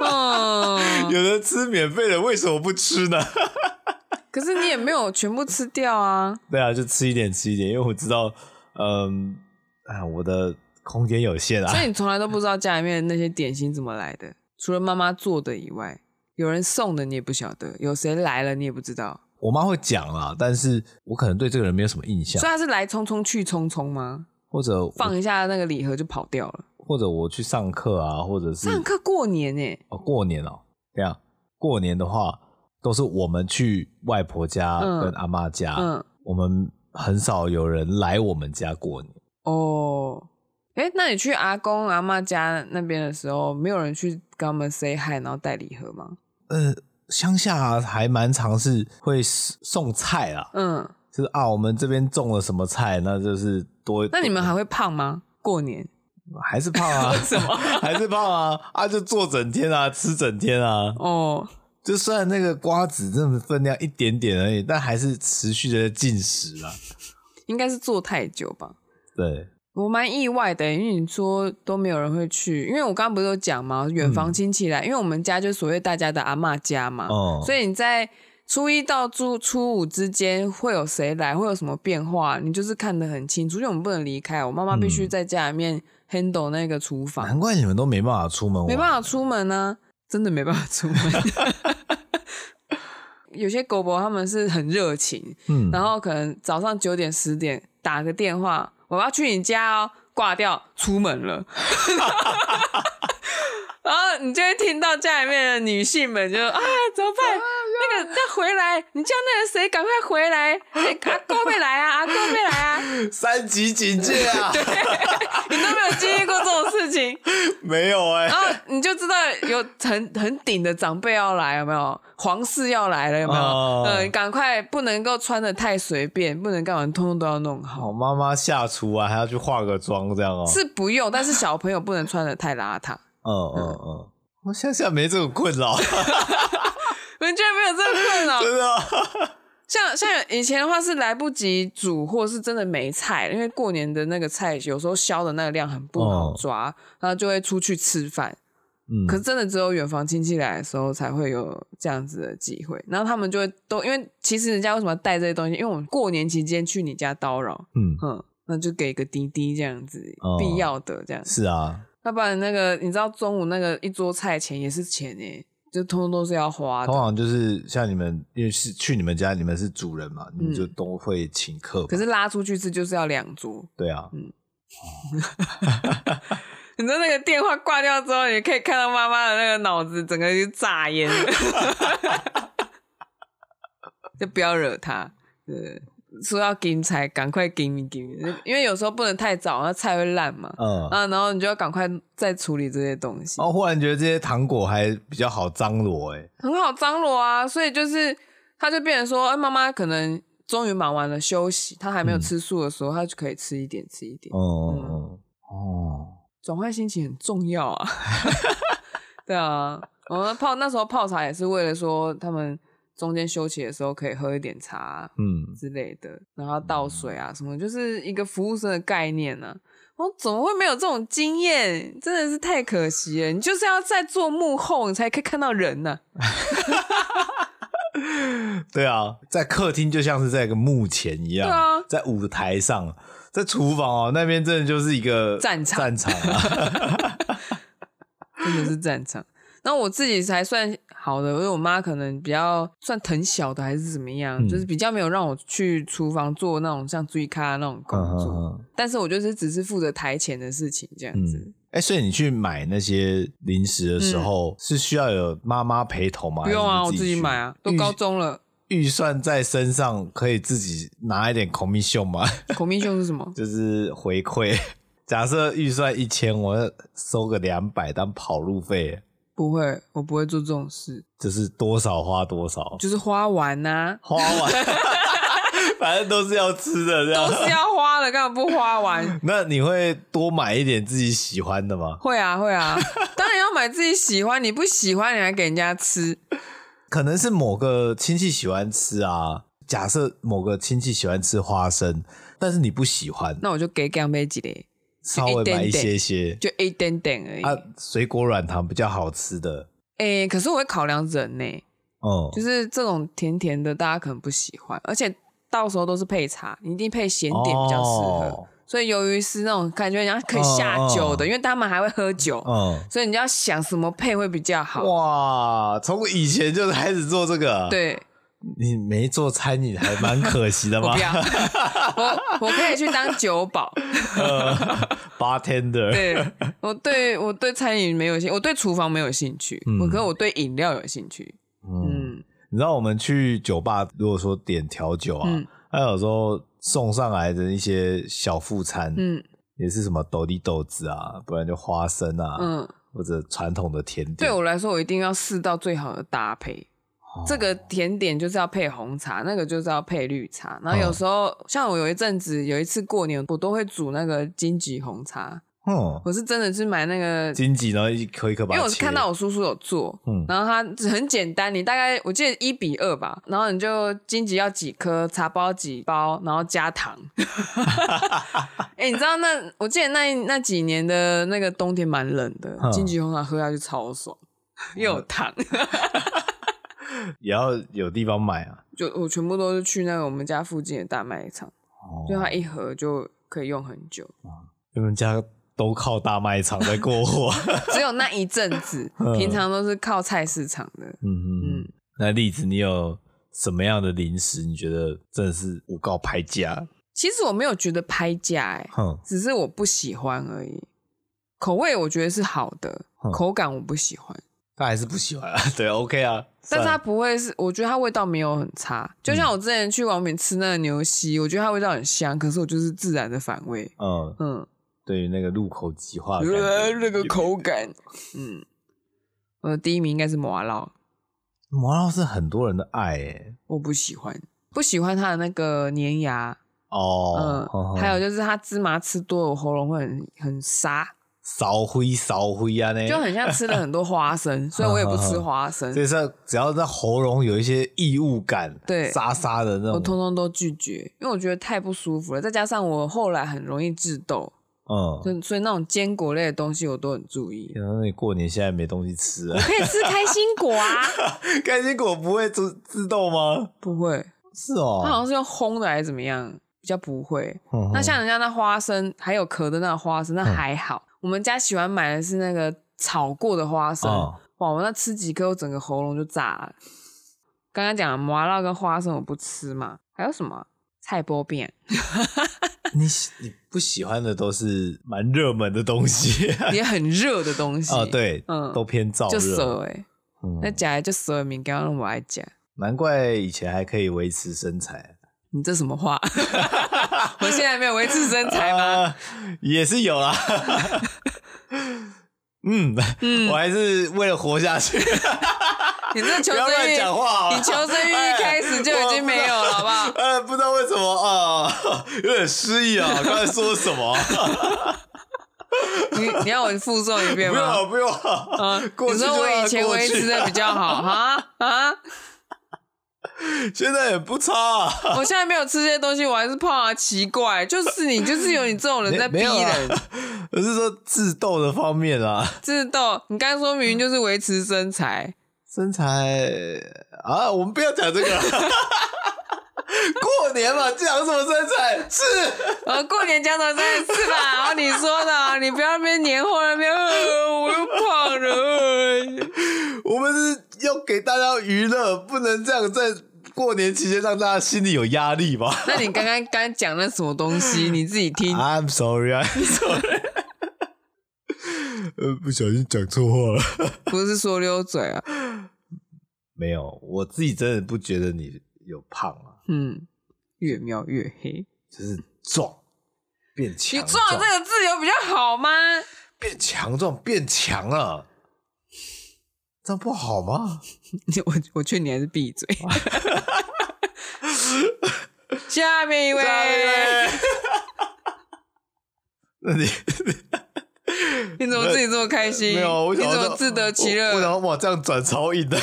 Speaker 2: 嗯，
Speaker 1: 有人吃免费的，为什么不吃呢？
Speaker 2: 可是你也没有全部吃掉啊。
Speaker 1: 对啊，就吃一点，吃一点，因为我知道，嗯，啊，我的空间有限啊
Speaker 2: 所，以你从来都不知道家里面的那些点心怎么来的，除了妈妈做的以外，有人送的你也不晓得，有谁来了你也不知道。
Speaker 1: 我妈会讲啦，但是我可能对这个人没有什么印象
Speaker 2: 所以，他是来匆匆去匆匆吗？
Speaker 1: 或者我
Speaker 2: 放一下那个礼盒就跑掉了。
Speaker 1: 或者我去上课啊，或者是
Speaker 2: 上课过年欸呢、
Speaker 1: 哦过年哦，这样过年的话都是我们去外婆家
Speaker 2: 嗯
Speaker 1: 跟阿妈家，
Speaker 2: 嗯，
Speaker 1: 我们很少有人来我们家过年，
Speaker 2: 哦，哎，那你去阿公阿妈家那边的时候，没有人去跟他们 say hi，然后带礼盒吗？
Speaker 1: 呃，乡下、还蛮常是会送菜啦，
Speaker 2: 嗯，
Speaker 1: 就是啊我们这边种了什么菜，那就是多，
Speaker 2: 那你们还会胖吗？过年
Speaker 1: 还是胖啊？
Speaker 2: 为 什 么
Speaker 1: 还是胖啊？啊，就坐整天啊，吃整天啊。
Speaker 2: 哦，
Speaker 1: 就虽然那个瓜子这么分量一点点而已，但还是持续的进食啊。
Speaker 2: 应该是坐太久吧。
Speaker 1: 对，
Speaker 2: 我蛮意外的，欸因为你说都没有人会去，因为我刚刚不是有讲嘛，远房亲戚来，因为我们家就所谓大家的阿嬷家嘛，
Speaker 1: 嗯哦，
Speaker 2: 所以你在初一到初初五之间会有谁来，会有什么变化，你就是看得很清楚，因为我们不能离开，哦我妈妈必须在家里面 handle 那个厨房，
Speaker 1: 嗯难怪啊你们都没办法出门玩，
Speaker 2: 没办法出门呢、真的没办法出门。 有些狗狗他们是很热情，
Speaker 1: 嗯，
Speaker 2: 然后可能早上九点十点打个电话，我要去你家哦，挂掉，出门 了。然后你就会听到家里面的女性们就啊，怎么办？那个要回来，你叫那个谁赶快回 来，哎阿公没来啊，阿公没来啊，
Speaker 1: 三级警戒啊，
Speaker 2: 你都没有经历过这种事情，
Speaker 1: 没有哎、
Speaker 2: 然后你就知道有很很顶的长辈要来，有没有？皇室要来了，有没有？
Speaker 1: 哦
Speaker 2: 嗯，你赶快不能够穿的太随便，不能干嘛，通通都要弄好。
Speaker 1: 好妈妈下厨啊，还要去化个妆这样哦。
Speaker 2: 是不用，但是小朋友不能穿的太邋遢。
Speaker 1: 嗯嗯嗯，我乡下没这种困扰，
Speaker 2: 啊你们居然没有这个困扰？
Speaker 1: 真的啊。
Speaker 2: 像像以前的话是来不及煮，或是真的没菜，因为过年的那个菜有时候削的那个量很不好抓，然后就会出去吃饭。
Speaker 1: 哦嗯，
Speaker 2: 可是真的只有远房亲戚来的时候才会有这样子的机会，然后他们就会都因为其实人家为什么要带这些东西？因为我们过年期间去你家叨扰，
Speaker 1: 嗯，
Speaker 2: 嗯，那就给个滴滴这样子，
Speaker 1: 哦
Speaker 2: 必要的这样子。
Speaker 1: 是啊，
Speaker 2: 要不然那个你知道中午那个一桌菜钱也是钱哎、就通通都是要花
Speaker 1: 通
Speaker 2: 的。
Speaker 1: 常就是像你们，因为是去你们家，你们是主人嘛，你们就都会请客嘛。
Speaker 2: 嗯可是拉出去吃就是要两桌，
Speaker 1: 对啊，
Speaker 2: 你知道那个电话挂掉之后，你可以看到妈妈的那个脑子整个就炸烟， 就不要惹她。对，说要给菜，赶快给你给你，因为有时候不能太早，那菜会烂嘛。
Speaker 1: 嗯，
Speaker 2: 啊，然后你就要赶快再处理这些东西。
Speaker 1: 然后忽然觉得这些糖果还比较好张罗，哎，
Speaker 2: 很好张罗啊，所以就是他就变成说，哎、妈妈可能终于忙完了休息，她还没有
Speaker 1: 嗯
Speaker 2: 吃素的时候，她就可以吃一点吃一点，嗯
Speaker 1: 哦哦，
Speaker 2: 转换心情很重要啊。 对啊，我们泡那时候泡茶也是为了说他们中间休息的时候可以喝一点茶
Speaker 1: 嗯，
Speaker 2: 之类的，然后倒水啊什么，就是一个服务生的概念呢、啊。我怎么会没有这种经验？真的是太可惜了！你就是要在做幕后，你才可以看到人啊呢、
Speaker 1: 对啊，在客厅就像是在一个幕前一样，
Speaker 2: 对啊
Speaker 1: 在舞台上，在厨房哦，那边真的就是一个
Speaker 2: 战场
Speaker 1: 战场啊，
Speaker 2: 真的是战场。然后我自己才算好的，因为我妈可能比较算疼小的还是怎么样，
Speaker 1: 嗯
Speaker 2: 就是比较没有让我去厨房做那种像追咖那种
Speaker 1: 嗯
Speaker 2: 工作。但是我就是只是负责台前的事情这样子。
Speaker 1: 嗯。哎、所以你去买那些零食的时候，是需要有妈妈陪同吗？
Speaker 2: 嗯不用啊，
Speaker 1: 还
Speaker 2: 我
Speaker 1: 是
Speaker 2: 自
Speaker 1: 己
Speaker 2: 己
Speaker 1: 去
Speaker 2: 买啊，都
Speaker 1: 预
Speaker 2: 高中了。
Speaker 1: 预算在身上，可以自己拿一点 commission 吗？
Speaker 2: 口蜜秀是什么？
Speaker 1: 就是回馈。 假设预算一千，我要收个两百当跑路费，
Speaker 2: 不会，我不会做这种事，
Speaker 1: 就是多少花多少，
Speaker 2: 就是花完呐、
Speaker 1: 花完， 反正都是要吃的这
Speaker 2: 都
Speaker 1: 样。
Speaker 2: 是要花了，干嘛不花完？
Speaker 1: 那你会多买一点自己喜欢的吗？
Speaker 2: 会啊，会啊，当然要买自己喜欢，你不喜欢你还给人家吃，
Speaker 1: 可能是某个亲戚喜欢吃啊。假设某个亲戚喜欢吃花生，但是你不喜欢，
Speaker 2: 那我就给干杯几嘞，
Speaker 1: 稍微买一些些
Speaker 2: 就一点点而已。
Speaker 1: 啊，水果软糖比较好吃的，
Speaker 2: 诶、欸可是我会考量人呢、
Speaker 1: 嗯，
Speaker 2: 就是这种甜甜的，大家可能不喜欢，而且到时候都是配茶，你一定配咸点比较适合。
Speaker 1: 哦
Speaker 2: 所以由于是那种感觉，人家可以下酒
Speaker 1: 嗯
Speaker 2: 的，
Speaker 1: 嗯
Speaker 2: 因为他们还会喝
Speaker 1: 哦
Speaker 2: 酒， 所以你就要想什么配会比较好。
Speaker 1: 嗯，哇，从以前就开始做这个，，啊
Speaker 2: 对，
Speaker 1: 你没做餐饮还蛮可惜的
Speaker 2: 我
Speaker 1: 吧
Speaker 2: 不要，我我可以去当酒保。
Speaker 1: ？Bartender，
Speaker 2: 对我对我对餐饮没有兴，我对厨房没有兴趣，
Speaker 1: 嗯
Speaker 2: 我可我对饮料有兴趣。
Speaker 1: 嗯，
Speaker 2: 嗯，
Speaker 1: 你知道我们去酒吧，如果说点调酒啊
Speaker 2: 嗯，
Speaker 1: 它有时候送上来的一些小副餐，
Speaker 2: 嗯
Speaker 1: 也是什么豆粒豆子啊，不然就花生啊，
Speaker 2: 嗯，
Speaker 1: 或者传统的甜
Speaker 2: 对
Speaker 1: 点。
Speaker 2: 我来说，我一定要试到最好的搭配。这个甜点就是要配红茶，那个就是要配绿茶。然后有时候，像我有一阵子，有一次过年，我都会煮那个金桔红茶。
Speaker 1: 哦，
Speaker 2: 我是真的去买那个，
Speaker 1: 荆棘然后一颗一颗把它
Speaker 2: 因为我是
Speaker 1: 切
Speaker 2: 看到我叔叔有做，
Speaker 1: 嗯
Speaker 2: 然后它很简单，你大概我记得一比二吧，然后你就金桔要几颗，茶包几包，然后加糖。 哎、你知道那我记得那那几年的那个冬天蛮冷的，
Speaker 1: 嗯
Speaker 2: 金桔红茶喝下去超爽，又有糖。
Speaker 1: 也要有地方买啊。
Speaker 2: 就我全部都是去那个我们家附近的大卖场，
Speaker 1: 哦
Speaker 2: 就它一盒就可以用很久，
Speaker 1: 你们家都靠大卖场在过 活。
Speaker 2: 只有那一阵子，
Speaker 1: 嗯
Speaker 2: 平常都是靠菜市场的。
Speaker 1: 嗯嗯。那栗子，你有什么样的零食？你觉得真的是诬告拍价？
Speaker 2: 其实我没有觉得拍价哎、
Speaker 1: 哼，
Speaker 2: 只是我不喜欢而已。口味我觉得是好的，
Speaker 1: 嗯
Speaker 2: 口感我不喜欢，
Speaker 1: 他还是不喜欢啊。 对，OK 啊。
Speaker 2: 但是它
Speaker 1: 算了嗯
Speaker 2: 不会是，我觉得它味道没有很差。就像我之前去王敏吃那个牛膝，我觉得它味道很香，可是我就是自然的反胃。
Speaker 1: 嗯，
Speaker 2: 嗯，
Speaker 1: 对于那个入口即化的感
Speaker 2: 呃
Speaker 1: 觉，
Speaker 2: 那个口感，嗯，我的第一名应该是麻辣，
Speaker 1: 麻辣是很多人的爱诶。
Speaker 2: 我不喜欢，不喜欢它的那个粘牙，
Speaker 1: 哦，
Speaker 2: 嗯，还有就是它芝麻吃多了，我喉咙会很很沙，
Speaker 1: 烧灰烧灰啊呢，
Speaker 2: 就很像吃了很多花生，所以我也不 吃花生，
Speaker 1: 所以说，只要在喉咙有一些异物感，
Speaker 2: 对
Speaker 1: 沙沙的那
Speaker 2: 我通
Speaker 1: 种，
Speaker 2: 通都拒绝，因为我觉得太不舒服了，再加上我后来很容易致痘，
Speaker 1: 嗯，
Speaker 2: 所所以那种坚果类的东西我都很注意。
Speaker 1: 然后你过年现在没东西吃了，
Speaker 2: 可以吃开心果啊？
Speaker 1: 开心果不会自自动吗？
Speaker 2: 不会，
Speaker 1: 是
Speaker 2: 它好
Speaker 1: 哦，
Speaker 2: 像是用烘的还是怎么样，比较不会。
Speaker 1: 嗯
Speaker 2: 那像人家那花生还有壳的那个花生，那还好。我们家喜欢买的是那个炒过的花生，
Speaker 1: 哦
Speaker 2: 哇，我那吃几颗，我整个喉咙就炸了。刚刚讲的麻辣跟花生我不吃嘛，还有什么啊菜波变？
Speaker 1: 你喜你不喜欢的都是蛮热门的东西
Speaker 2: 也很热的东西
Speaker 1: 啊，对，
Speaker 2: 嗯
Speaker 1: 都偏燥
Speaker 2: 就
Speaker 1: 热，
Speaker 2: 蛇哎、欸，
Speaker 1: 嗯
Speaker 2: 那夹来就蛇敏感，让我爱夹。
Speaker 1: 难怪以前还可以维持身材，
Speaker 2: 你这什么话？ 我现在没有维持身材吗？
Speaker 1: 啊，也是有啦。 嗯，我还是为了活下去，
Speaker 2: 你这求
Speaker 1: 不要
Speaker 2: 生
Speaker 1: 乱
Speaker 2: 欲，
Speaker 1: 讲话哎好了
Speaker 2: 你求生欲一开始就已经没有了，好不好？
Speaker 1: 呃，不知道为什么啊、有点失忆啊，刚才说什么？啊
Speaker 2: 你你要我附送一
Speaker 1: 不
Speaker 2: 遍
Speaker 1: 用
Speaker 2: 吗？
Speaker 1: 了，不用了。
Speaker 2: 啊，
Speaker 1: 过
Speaker 2: 你
Speaker 1: 去
Speaker 2: 说
Speaker 1: 就
Speaker 2: 我
Speaker 1: 让
Speaker 2: 以
Speaker 1: 它
Speaker 2: 前
Speaker 1: 过
Speaker 2: 维
Speaker 1: 去
Speaker 2: 持的比较好哈啊，
Speaker 1: 现在也不差、啊。
Speaker 2: 我现在没有吃这些东西，我还是胖啊！奇怪，就是你，就是有你这种人在逼
Speaker 1: 没没有啊
Speaker 2: 人。
Speaker 1: 我是说智斗的方面啊啦，
Speaker 2: 智斗，你刚才说明明就是维持身材，
Speaker 1: 身材啊，我们不要讲这个啦。 过年嘛，讲什么身材？是
Speaker 2: 呃，过年讲早餐是吧？然 后你说的啊，你不要那边年货那边，呃我又胖了。呃
Speaker 1: 我们是要给大家娱乐，不能这样在过年期间让大家心里有压力 吧
Speaker 2: 那你刚刚刚讲那什么东西？你自己听。
Speaker 1: ？I'm sorry, I'm sorry。呃，不小心讲错话了。
Speaker 2: 不是说溜嘴啊，
Speaker 1: 没有，我自己真的不觉得你有胖啊，
Speaker 2: 嗯，越描越黑。
Speaker 1: 就是壮，变
Speaker 2: 你
Speaker 1: 强
Speaker 2: 撞
Speaker 1: 壮，
Speaker 2: 这个字有比较好吗？
Speaker 1: 变强壮，变强了，这样不好吗？
Speaker 2: 我我劝你还是闭嘴。 下面一位，
Speaker 1: 那你
Speaker 2: 你怎么自己这么开心？
Speaker 1: 没有？我
Speaker 2: 你
Speaker 1: 想
Speaker 2: 怎
Speaker 1: 说
Speaker 2: 么自得其
Speaker 1: 我我想
Speaker 2: 乐？
Speaker 1: 说哇，这样转超硬的，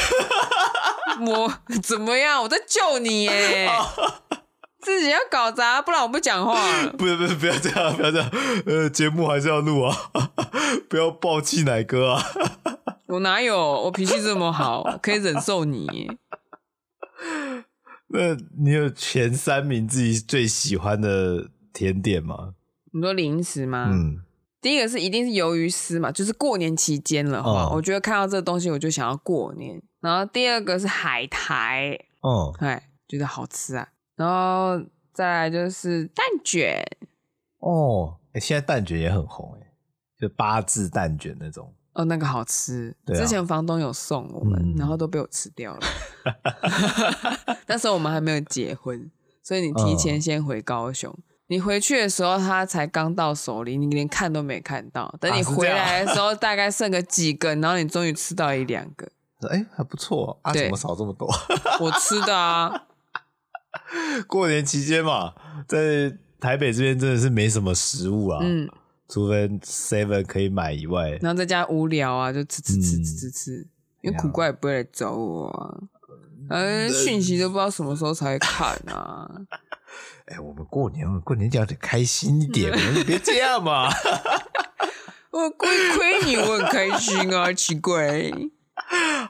Speaker 2: 我 怎么样？我在救你耶！自己要搞砸，不然我不讲话了。
Speaker 1: 不是不是，不要这样，不要这样，呃，节目还是要录啊， 不要暴气奶哥啊。
Speaker 2: 我哪有？我脾气这么好，可以忍受你耶。
Speaker 1: 那你有前三名自己最喜欢的甜点吗？
Speaker 2: 你说零食吗？
Speaker 1: 嗯，
Speaker 2: 第一个是一定是鱿鱼丝嘛，就是过年期间的话，
Speaker 1: 嗯
Speaker 2: 我觉得看到这东西我就想要过年。然后第二个是海苔，
Speaker 1: 哦、
Speaker 2: 哎，觉得好吃啊。然后再来就是蛋卷，
Speaker 1: 哦，欸现在蛋卷也很红哎、就八字蛋卷那种。
Speaker 2: 哦，那个好吃。
Speaker 1: 对啊
Speaker 2: 之前房东有送我们，
Speaker 1: 嗯
Speaker 2: 然后都被我吃掉 了。那时候我们还没有结婚，所以你提
Speaker 1: 嗯
Speaker 2: 前先回高雄。你回去的时候，它才刚到手里，你连看都没看到。等
Speaker 1: 啊
Speaker 2: 你
Speaker 1: 是这
Speaker 2: 回
Speaker 1: 样
Speaker 2: 来的时候，大概剩个几根，然后你终于吃到一两个。
Speaker 1: 哎、还不错啊！
Speaker 2: 对
Speaker 1: 怎么少这么多？
Speaker 2: 我吃的啊，
Speaker 1: 过年期间嘛，在台北这边真的是没什么食物啊，
Speaker 2: 嗯，
Speaker 1: 除非 Seven 可以买以外，
Speaker 2: 然后在家无聊啊，就吃吃吃吃吃吃，因为
Speaker 1: 对啊
Speaker 2: 苦瓜也不会来找我啊，
Speaker 1: 嗯
Speaker 2: 呃，讯息都不知道什么时候才会看啊，
Speaker 1: 哎、我们过年过年就要得开心一
Speaker 2: 嗯
Speaker 1: 点，我们别这样嘛。
Speaker 2: 我亏亏你，我很开心啊，奇怪，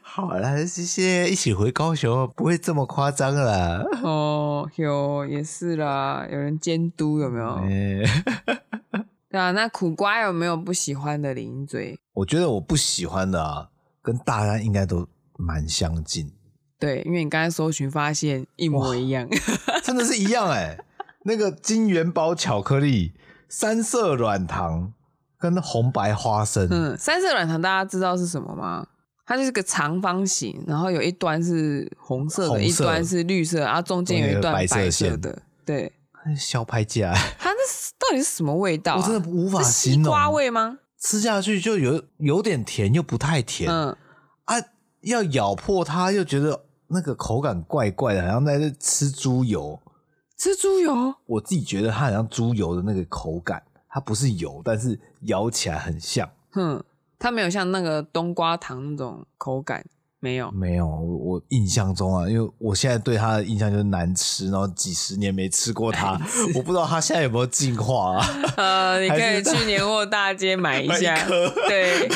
Speaker 1: 好啦，谢谢，一起回高雄，不会这么夸张啦。
Speaker 2: 哦，有也是啦，有人监督有没有？
Speaker 1: 哎、
Speaker 2: 对啊，那苦瓜有没有不喜欢的零嘴？
Speaker 1: 我觉得我不喜欢的啊，跟大家应该都蛮相近，
Speaker 2: 对，因为你刚才搜寻发现一模一样，
Speaker 1: 真的是一样哎、 那个金元宝巧克力、三色软糖跟红白花生，
Speaker 2: 嗯， 三色软糖大家知道是什么吗？它就是个长方形，然后有一端是红色的，
Speaker 1: 红色
Speaker 2: 一端是绿色，然后中间有一
Speaker 1: 中间有
Speaker 2: 段白
Speaker 1: 白色
Speaker 2: 色
Speaker 1: 线
Speaker 2: 的。对，
Speaker 1: 哎小拍架，
Speaker 2: 它那是到底是什么味道、啊？
Speaker 1: 我真的无法
Speaker 2: 是西
Speaker 1: 形容。
Speaker 2: 瓜味吗？
Speaker 1: 吃下去就有有点甜，又不太甜、
Speaker 2: 嗯，
Speaker 1: 啊，要咬破它又觉得那个口感怪怪的，好像在吃猪油。
Speaker 2: 吃猪油。
Speaker 1: 我自己觉得它好像猪油的那个口感，它不是油，但是咬起来很像。
Speaker 2: 哼，它没有像那个冬瓜糖那种口感，没有。
Speaker 1: 没有，我我印象中啊，因为我现在对它的印象就是难吃，然后几十年没吃过它，我不知道它现在有没有进化啊。
Speaker 2: 呃，你可
Speaker 1: 还
Speaker 2: 以
Speaker 1: 是
Speaker 2: 去年货大街买 一下
Speaker 1: 买 一颗，
Speaker 2: 对，因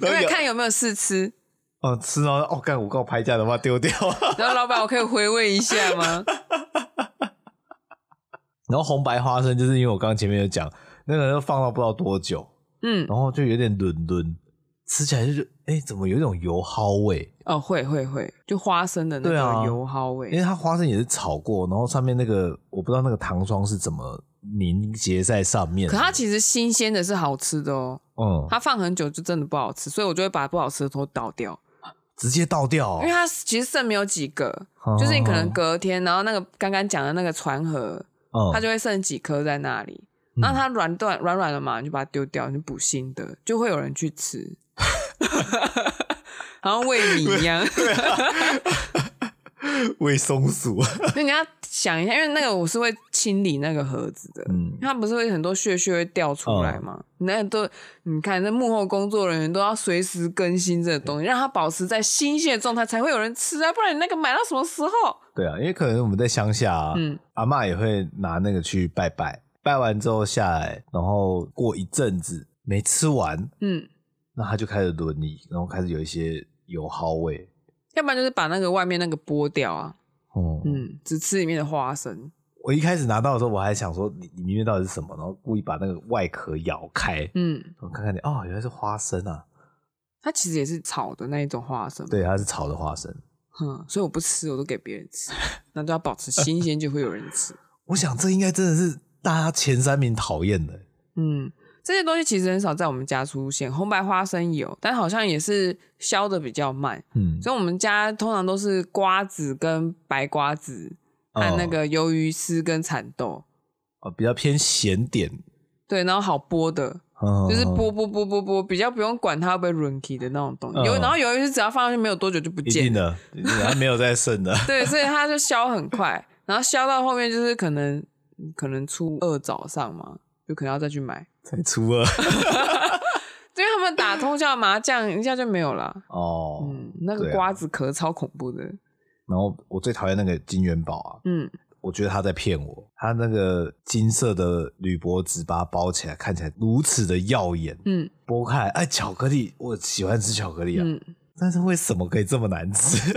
Speaker 1: 然后
Speaker 2: 为
Speaker 1: 咬
Speaker 2: 看有没有试吃。
Speaker 1: 哦，吃然后哦，干我告拍价的话丢掉。
Speaker 2: 然后老板，我可以回味一下吗？
Speaker 1: 然后红白花生就是因为我刚刚前面有讲，那个放到不知道多久，
Speaker 2: 嗯，
Speaker 1: 然后就有点伦敦，吃起来就是哎、诶怎么有一种油蒿味？
Speaker 2: 哦，会会会，就花生的那
Speaker 1: 对
Speaker 2: 个
Speaker 1: 啊
Speaker 2: 油蒿味。
Speaker 1: 因为它花生也是炒过，然后上面那个我不知道那个糖霜是怎么凝结在上面的。
Speaker 2: 可它其实新鲜的是好吃的哦，
Speaker 1: 嗯，
Speaker 2: 它放很久就真的不好吃，所以我就会把不好吃的都倒掉，
Speaker 1: 直接倒掉哦、
Speaker 2: 因为它其实剩没有几个，
Speaker 1: 哦
Speaker 2: 就是你可能隔天，然后那个刚刚讲的那个船盒，
Speaker 1: 嗯
Speaker 2: 它就会剩几颗在那里，
Speaker 1: 嗯
Speaker 2: 那它软断软软了嘛，你就把它丢掉，你就补新的，就会有人去吃， 好像喂米一样。
Speaker 1: 喂松鼠，啊
Speaker 2: 那你要想一下，因为那个我是会清理那个盒子的，
Speaker 1: 嗯哦
Speaker 2: 因为，它不是会很多屑屑会掉出来嘛？你那都你看，那幕后工作人员都要随时更新这个东西，让它保持在新鲜的状态，才会有人吃啊！不然你那个买到什么时候？
Speaker 1: 对啊，因为可能我们在乡下、啊，
Speaker 2: 嗯
Speaker 1: 阿嬷也会拿那个去拜拜，拜完之后下来，然后过一阵子没吃完，
Speaker 2: 嗯，
Speaker 1: 那他就开始轮椅，然后开始有一些油耗味。
Speaker 2: 要不然就是把那个外面那个剥掉啊，
Speaker 1: 嗯
Speaker 2: 嗯，只吃里面的花生，
Speaker 1: 我一开始拿到的时候，我还想说里里面到底是什么，然后故意把那个外壳咬开，然
Speaker 2: 嗯，
Speaker 1: 后看看你哦，原来是花生啊，
Speaker 2: 它其实也是炒的那一种花生，，
Speaker 1: 对，它是炒的花生。
Speaker 2: 嗯，所以我不吃，我都给别人吃， 那都要保持新鲜，就会有人 吃，
Speaker 1: 我想这应该真的是大家前三名讨厌的，欸
Speaker 2: 嗯，这些东西其实很少在我们家出现，红白花生有，但好像也是削的比较慢，
Speaker 1: 嗯，
Speaker 2: 所以我们家通常都是瓜子跟白瓜子和那个鱿鱼丝跟蚕豆，
Speaker 1: 哦比较偏咸点，
Speaker 2: 对，然后好剥的，
Speaker 1: 嗯
Speaker 2: 就是剥剥剥剥剥，比较不用管它会不会软起的那种东西。
Speaker 1: 嗯
Speaker 2: 有、然后鱿鱼丝只要放上去没有多久就不
Speaker 1: 一
Speaker 2: 见
Speaker 1: 定
Speaker 2: 了，
Speaker 1: 的，一定的，它没有在剩的，
Speaker 2: 对，所以它就消很快，然后消到后面就是可能可能初二早上嘛，就可能要再去买，
Speaker 1: 才初二
Speaker 2: 因为他们打通宵麻将一下就没有了。
Speaker 1: 哦。
Speaker 2: 嗯，那个
Speaker 1: 对啊
Speaker 2: 瓜子壳超恐怖的，
Speaker 1: 然后我最讨厌那个金元宝啊，
Speaker 2: 嗯，
Speaker 1: 我觉得他在骗我，他那个金色的铝箔纸把它包起来，看起来如此的耀眼，
Speaker 2: 嗯
Speaker 1: 剥开来，哎，巧克力，我喜欢吃巧克力啊，
Speaker 2: 嗯，
Speaker 1: 但是为什么可以这么难吃？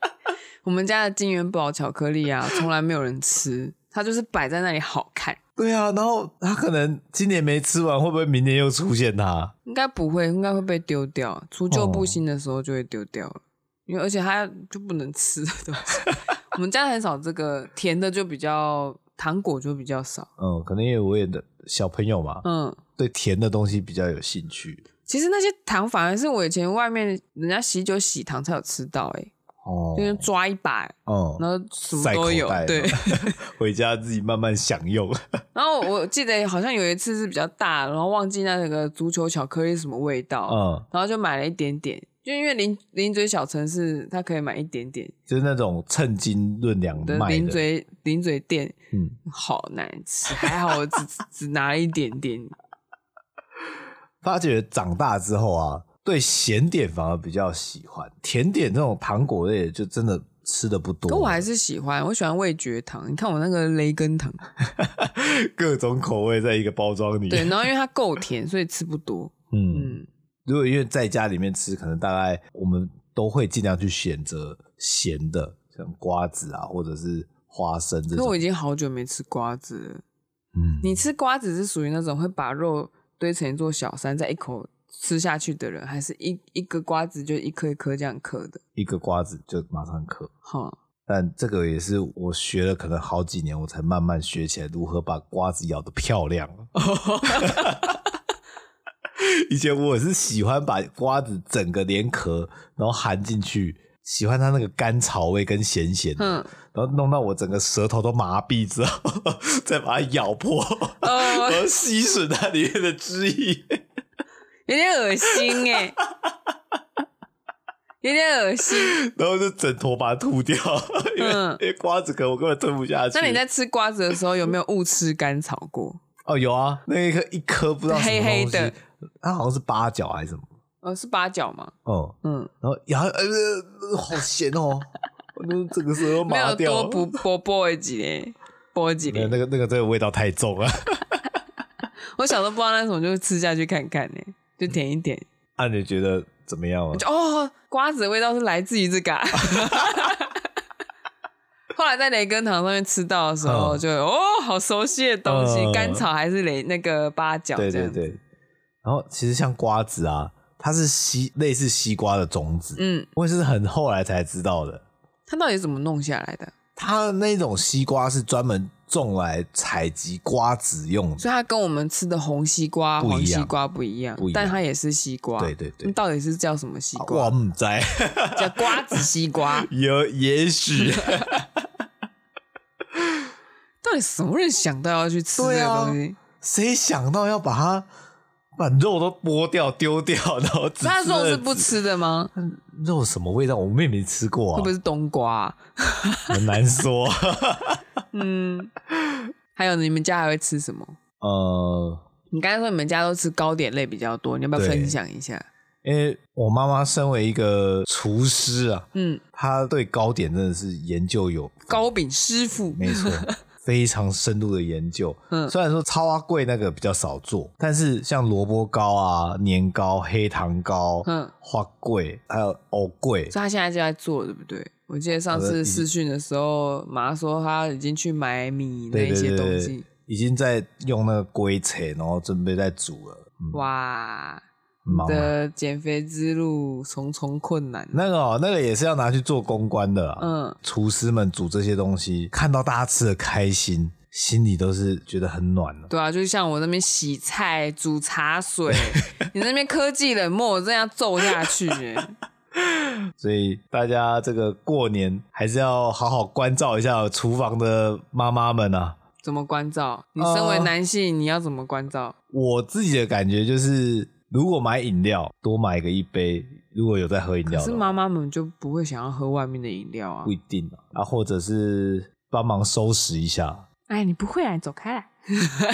Speaker 2: 我们家的金元宝巧克力啊，从来没有人吃，它就是摆在那里好看。
Speaker 1: 对啊，然后他可能今年没吃完，会不会明年又出现它？
Speaker 2: 应该不会，应该会被丢掉。除旧布
Speaker 1: 哦
Speaker 2: 新的时候就会丢掉了，因为而且它就不能吃的东西。 我们家很少这个甜的，就比较糖果就比较少。
Speaker 1: 嗯，可能因为我也的小朋友嘛，
Speaker 2: 嗯，
Speaker 1: 对甜的东西比较有兴趣。
Speaker 2: 其实那些糖反而是我以前外面人家喜酒喜糖才有吃到、欸，
Speaker 1: 哦
Speaker 2: 就是抓一把，然
Speaker 1: 嗯，
Speaker 2: 后什么都
Speaker 1: 塞
Speaker 2: 有
Speaker 1: 口袋。
Speaker 2: 对，
Speaker 1: 回家自己慢慢享用。
Speaker 2: 然后我记得好像有一次是比较大，然后忘记那个足球巧克力是什么味道，
Speaker 1: 嗯，
Speaker 2: 然后就买了一点点。就因为零零嘴小城市，它可以买一点点，
Speaker 1: 就是那种称斤论两
Speaker 2: 的
Speaker 1: 卖
Speaker 2: 零
Speaker 1: 的。
Speaker 2: 嘴零嘴店
Speaker 1: 嗯，
Speaker 2: 好难吃，还好我只 只只拿了一点点。
Speaker 1: 哦发觉长大之后啊，对咸点反而比较喜欢，甜点这种糖果类就真的吃的不多。
Speaker 2: 可我还是喜欢，我喜欢味觉糖。你看我那个雷根糖，
Speaker 1: 各种口味在一个包装里。
Speaker 2: 对，然后因为它够甜，所以吃不多。
Speaker 1: 嗯。
Speaker 2: 嗯，
Speaker 1: 如果因为在家里面吃，可能大概我们都会尽量去选择咸的，像瓜子啊，或者是花生这
Speaker 2: 可我
Speaker 1: 种。
Speaker 2: 已经好久没吃瓜子了。
Speaker 1: 嗯，
Speaker 2: 你吃瓜子是属于那种会把肉堆成一座小山，再一口吃下去的人，还是一一个瓜子就一颗一颗这样嗑的？
Speaker 1: 一个瓜子就马上嗑，
Speaker 2: 哈，
Speaker 1: 但这个也是我学了可能好几年，我才慢慢学起来如何把瓜子咬得漂亮。 以前我是喜欢把瓜子整个连壳，然后含进去，喜欢它那个甘草味跟咸咸的，
Speaker 2: 哼，
Speaker 1: 然后弄到我整个舌头都麻痹之后，再把它咬破，
Speaker 2: 呃，
Speaker 1: 然后吸吮它里面的汁液。
Speaker 2: 有点恶心哎、有点 恶心。
Speaker 1: 然后就整坨把它吐掉，因为、
Speaker 2: 嗯
Speaker 1: 因为瓜子壳我根本吞不下去。
Speaker 2: 那你在吃瓜子的时候有没有误吃甘草过？
Speaker 1: 哦有啊，那一颗一颗不知道什么东西
Speaker 2: 黑黑的，
Speaker 1: 它好像是八角还是什么，
Speaker 2: 呃，是八角吗？
Speaker 1: 哦、
Speaker 2: 嗯，
Speaker 1: 然后咬呃呃好咸哦，我都整个舌头
Speaker 2: 没
Speaker 1: 麻
Speaker 2: 有
Speaker 1: 掉
Speaker 2: 多
Speaker 1: 了。
Speaker 2: 不剥剥一几嘞，剥几
Speaker 1: 没有
Speaker 2: 嘞。
Speaker 1: 那个那个这个味道太重了，
Speaker 2: 我小时候不知道那是什么，就吃下去看看呢、就舔一舔，
Speaker 1: 啊你觉得怎么样啊？
Speaker 2: 就哦，瓜子的味道是来自于这个啊、 后来在雷根堂上面吃到的时候
Speaker 1: 嗯
Speaker 2: 就，哦，好熟悉的东西，
Speaker 1: 嗯
Speaker 2: 甘草还是雷那个八角这
Speaker 1: 对
Speaker 2: 样
Speaker 1: 对对，然后其实像瓜子啊，它是西类似西瓜的种子，
Speaker 2: 嗯，
Speaker 1: 我也是很后来才知道的。
Speaker 2: 它到底怎么弄下来的？
Speaker 1: 它那种西瓜是专门种来采集瓜子用的。
Speaker 2: 所以它跟我们吃的红西瓜、
Speaker 1: 不一样
Speaker 2: 黄西瓜不一样，
Speaker 1: 不一样
Speaker 2: 但它也是西瓜。
Speaker 1: 对对对
Speaker 2: 那，到底是叫什么西瓜？
Speaker 1: 我唔知，。
Speaker 2: 叫瓜子西瓜
Speaker 1: 有也 许
Speaker 2: 到底什么人想到要去吃这
Speaker 1: 对
Speaker 2: 个
Speaker 1: 啊
Speaker 2: 东西？
Speaker 1: 谁想到要把它把肉都剥掉丢掉，然后只
Speaker 2: 那肉是
Speaker 1: 了
Speaker 2: 不
Speaker 1: 籽
Speaker 2: 吃的吗？
Speaker 1: 肉什么味道？我们也没吃过
Speaker 2: 会不会
Speaker 1: 啊，
Speaker 2: 是冬瓜啊、
Speaker 1: 很难说。
Speaker 2: 嗯，还有你们家还会吃什么？
Speaker 1: 呃，
Speaker 2: 你刚才说你们家都吃糕点类比较多，你要不要
Speaker 1: 对
Speaker 2: 分享一下？
Speaker 1: 因为我妈妈身为一个厨师啊，
Speaker 2: 嗯，
Speaker 1: 她对糕点真的是研究有
Speaker 2: 糕饼师傅，
Speaker 1: 没 错，非常深入的研究。
Speaker 2: 嗯
Speaker 1: 虽然说超阿贵那个比较少做，但是像萝卜糕啊、年糕、黑糖糕、
Speaker 2: 嗯，
Speaker 1: 花桂还有藕桂，
Speaker 2: 所以他现在就在做了，对不对？我记得上
Speaker 1: 好的已经
Speaker 2: 次试训的时候，妈说她已经去买米那
Speaker 1: 对
Speaker 2: 一
Speaker 1: 对
Speaker 2: 些
Speaker 1: 对
Speaker 2: 东
Speaker 1: 对
Speaker 2: 西，
Speaker 1: 已经在用那个龟扯，然后准备在煮了。嗯，
Speaker 2: 哇，
Speaker 1: 很忙
Speaker 2: 你
Speaker 1: 啊
Speaker 2: 的减肥之路重重困难。
Speaker 1: 那个哦，那个也是要拿去做公关的、啊。
Speaker 2: 嗯，
Speaker 1: 厨师们煮这些东西，看到大家吃的开心，心里都是觉得很暖哦的。
Speaker 2: 对啊，就像我那边洗菜、煮茶 水，你那边科技冷漠，我真的要揍下去耶、
Speaker 1: 所以大家这个过年还是要好好关照一下厨房的妈妈们啊。
Speaker 2: 怎么关照？你身为
Speaker 1: 呃
Speaker 2: 男性，你要怎么关照？
Speaker 1: 我自己的感觉就是，如果买饮料，多买个一杯。如果有在喝饮
Speaker 2: 可
Speaker 1: 料
Speaker 2: 是
Speaker 1: 的话，
Speaker 2: 妈妈们就不会想要喝外面的饮料啊
Speaker 1: 不！一定啊，啊或者是帮忙收拾一下。
Speaker 2: 哎，你不会啊，你走开啦！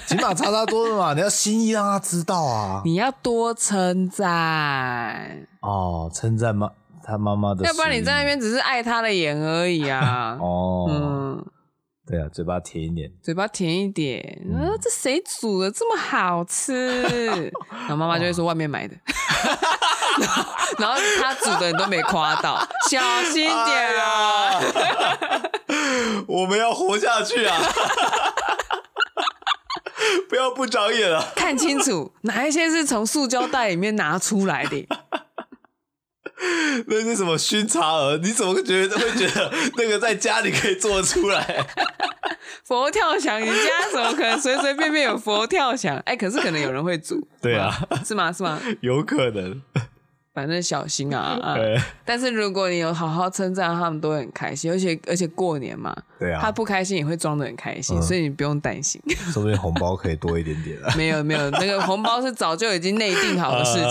Speaker 1: 起码差差多了嘛， 你要心意让他知道啊。
Speaker 2: 你要多称赞，
Speaker 1: 哦，称赞妈他妈妈的，。
Speaker 2: 要不然你在那。边只是爱他的眼而已啊
Speaker 1: 哦，
Speaker 2: 嗯，
Speaker 1: 对啊，嘴巴甜一点，
Speaker 2: 嘴巴甜一点。
Speaker 1: 嗯
Speaker 2: 呃，这谁煮的这么好 吃？然后妈妈就会说外面买的。 然后然后他煮的你都没夸到，小心
Speaker 1: 哎
Speaker 2: 点啊！
Speaker 1: 我们要活下去啊！ 不要不长眼啊！
Speaker 2: 看清楚哪一些是从塑胶袋里面拿出来的。
Speaker 1: 那是什么熏茶鹅？你怎么会觉得会觉得那个在家里可以做出来？
Speaker 2: 佛跳墙，你家怎么可能随随便便有佛跳墙？哎、可是可能有人会煮。
Speaker 1: 对 啊
Speaker 2: 嗯，是吗？是吗？
Speaker 1: 有可能。
Speaker 2: 反正小心啊啊！
Speaker 1: 对
Speaker 2: 但是如果你有好好称赞，他们都会很开心，而且而且过年嘛，
Speaker 1: 对
Speaker 2: 他
Speaker 1: 啊，
Speaker 2: 不开心也会装的很开心，
Speaker 1: 嗯
Speaker 2: 所以你不用担心。
Speaker 1: 说不定红包可以多一点点啊。
Speaker 2: 没有没有，那个红包是早就已经内定好的 事情。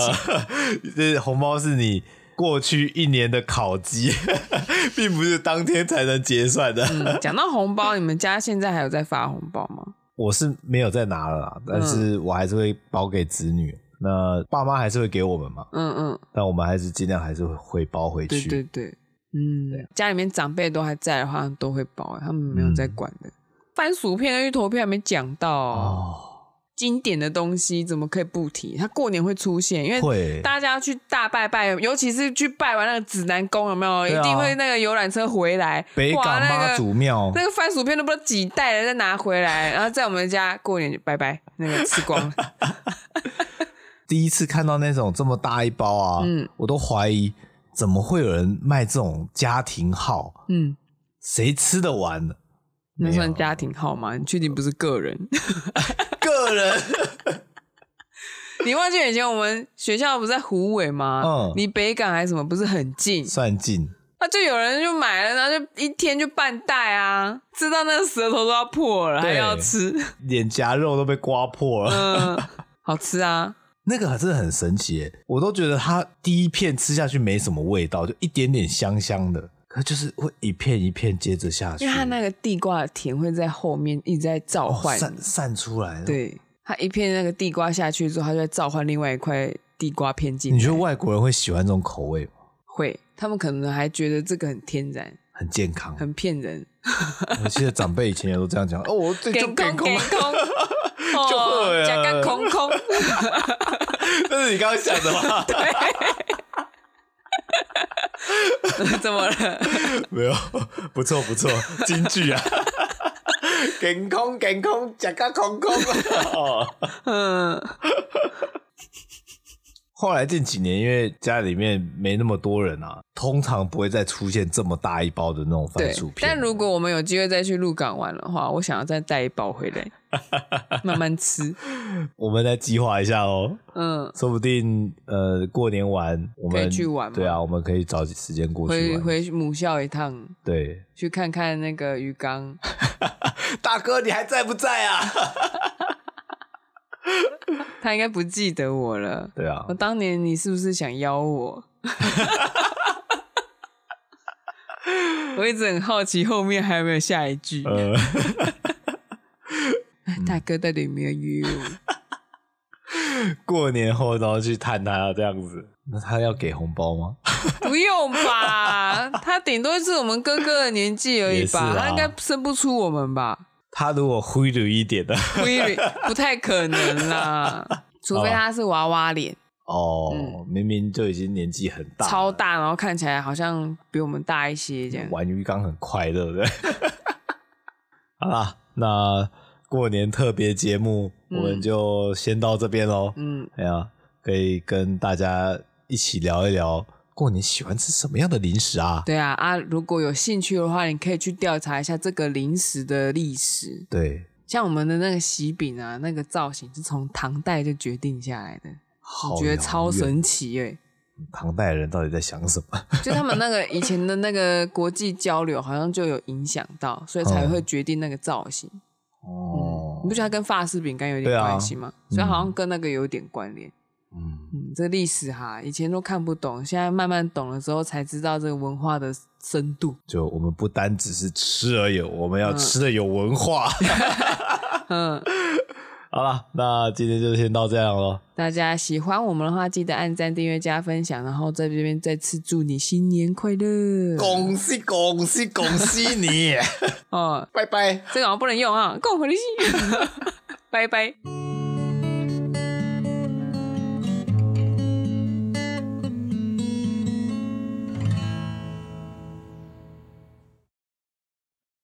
Speaker 1: 情， 这红包是你过去一年的烤鸡， 并不是当天才能结算的。
Speaker 2: 嗯，讲到红包，你们家现在还有在发红包吗？
Speaker 1: 我是没有再拿了啦，
Speaker 2: 嗯
Speaker 1: 但是我还是会包给子女。那爸妈还是会给我们嘛，
Speaker 2: 嗯嗯，
Speaker 1: 但我们还是尽量还是会会包回
Speaker 2: 对
Speaker 1: 去。啊
Speaker 2: 对对，嗯，家里面长辈都还在的话，都会包，欸他们没有在管的。番薯片跟芋头片还没讲到、哦，
Speaker 1: 嗯哦，
Speaker 2: 经典的东西怎么可以不提？它过年会出现，因为
Speaker 1: 会
Speaker 2: 哎大家去大拜拜，尤其是去拜完那个指南宫，有没有？
Speaker 1: 对啊
Speaker 2: 一定会那个游览车回来，
Speaker 1: 北
Speaker 2: 哇，
Speaker 1: 港
Speaker 2: 那
Speaker 1: 妈
Speaker 2: 个
Speaker 1: 祖庙，
Speaker 2: 那个番薯片都不知道几袋了，再拿回来，然后在我们家过年就拜拜，那个吃光了。
Speaker 1: 第一次看到那种这么大一包啊，
Speaker 2: 嗯
Speaker 1: 我都怀疑怎么会有人卖这种家庭号，
Speaker 2: 嗯，
Speaker 1: 谁吃得完呢？
Speaker 2: 那
Speaker 1: 没有
Speaker 2: 算家庭号吗？你确定不是 个人？
Speaker 1: 个人
Speaker 2: 你忘记以前我们学校不是在湖尾吗？
Speaker 1: 嗯
Speaker 2: 离北港还是什么不是很近？
Speaker 1: 算尽，
Speaker 2: 那、就有人就买了，然后就一天就半袋啊，吃到那个舌头都要破了，还
Speaker 1: 对
Speaker 2: 要吃，
Speaker 1: 脸颊肉都被刮破了。
Speaker 2: 嗯， 好吃啊，
Speaker 1: 那个真的很神奇耶，我都觉得它第一片吃下去没什么味道，就一点点香香的，可就是会一片一片接着下去，
Speaker 2: 因为它那个地瓜的甜会在后面一直在召
Speaker 1: 哦
Speaker 2: 唤你，
Speaker 1: 散散出来。，
Speaker 2: 对，它一片那个地瓜下去之后，它就会召唤另外一块地瓜片进
Speaker 1: 你
Speaker 2: 来
Speaker 1: 觉。得外国人会喜欢这种口味吗？
Speaker 2: 会，他们可能还觉得这个很天然，
Speaker 1: 很健康。
Speaker 2: 很骗人。
Speaker 1: 我记得长辈以前也都这样讲，哦，我这就
Speaker 2: 空
Speaker 1: 健
Speaker 2: 给
Speaker 1: 康。
Speaker 2: 空，
Speaker 1: 就会
Speaker 2: 哦
Speaker 1: 啊
Speaker 2: 加个空空，
Speaker 1: 那是你刚刚想的吗？
Speaker 2: 怎么了？
Speaker 1: 没有，不错不错，京剧啊。 健康健康，吃个空空。 哦
Speaker 2: 嗯，
Speaker 1: 后来近几年，因为家里面没那么多人啊，通常不会再出现这么大一包的那种番
Speaker 2: 对
Speaker 1: 薯。片。
Speaker 2: 但如果我们有机会再去鹿港玩的话，我想要再带一包回 来，慢慢吃。
Speaker 1: 我们来计划一下哦，
Speaker 2: 嗯，
Speaker 1: 说不定呃过年完我们
Speaker 2: 可以去玩吗
Speaker 1: 对啊，我们可以找时间过去
Speaker 2: 回
Speaker 1: 玩。
Speaker 2: 回母校一趟，
Speaker 1: 对，
Speaker 2: 去看看那个鱼缸。
Speaker 1: 大哥你还在不在啊？
Speaker 2: 他应该不记得我了。
Speaker 1: 对啊
Speaker 2: 我，哦当年你是不是想邀我？ 我一直很好奇后面还有没有下一句。
Speaker 1: 呃，
Speaker 2: 大哥到底有没有约我？
Speaker 1: 过年后然后去探他这样子，那他要给红包吗？
Speaker 2: 不用吧？他顶多是我们哥哥的年纪而已
Speaker 1: 也是
Speaker 2: 吧，
Speaker 1: 啊
Speaker 2: 他应该生不出我们吧？
Speaker 1: 他如果灰溜一点的，
Speaker 2: 不一定不太可能啦，除非他是娃娃脸，
Speaker 1: 哦，
Speaker 2: 嗯
Speaker 1: 明明就已经年纪很大了，
Speaker 2: 超大，然后看起来好像比我们大一些这样。
Speaker 1: 玩鱼缸很快乐，对 不对？好啦，那过年特别节目、
Speaker 2: 嗯
Speaker 1: 我们就先到这边喽。
Speaker 2: 嗯，
Speaker 1: 哎呀，可以跟大家一起聊一聊过年喜欢吃什么样的零食啊？
Speaker 2: 对啊啊，如果有兴趣的话，你可以去调查一下这个零食的历史。
Speaker 1: 对，
Speaker 2: 像我们的那个喜饼啊，那个造型是从唐代就决定下来的，
Speaker 1: 好
Speaker 2: 我觉得超
Speaker 1: 遥远哦
Speaker 2: 神奇耶、
Speaker 1: 唐代人到底在想什么？
Speaker 2: 就他们那个以前的那个国际交流，好像就有影响到，所以才
Speaker 1: 嗯
Speaker 2: 会决定那个造型。
Speaker 1: 哦
Speaker 2: 嗯你不觉得它跟法式饼干有
Speaker 1: 对
Speaker 2: 点
Speaker 1: 啊
Speaker 2: 关系吗？所以
Speaker 1: 嗯
Speaker 2: 好像跟那个有点关联。
Speaker 1: 嗯，
Speaker 2: 嗯，这历史哈，以前都看不懂，现在慢慢懂了之后才知道这个文化的深度。
Speaker 1: 就我们不单只是吃而已，我们要吃的有文 化。
Speaker 2: 嗯，
Speaker 1: 好了，那今天就先到这样咯。
Speaker 2: 大家喜欢我们的话，记得按赞、订阅、加分享，然后在这边再次祝你新年快乐。
Speaker 1: 恭喜恭喜恭喜 你！
Speaker 2: 哦，
Speaker 1: 拜拜。
Speaker 2: 这个好像不能用啊，共回去，拜拜。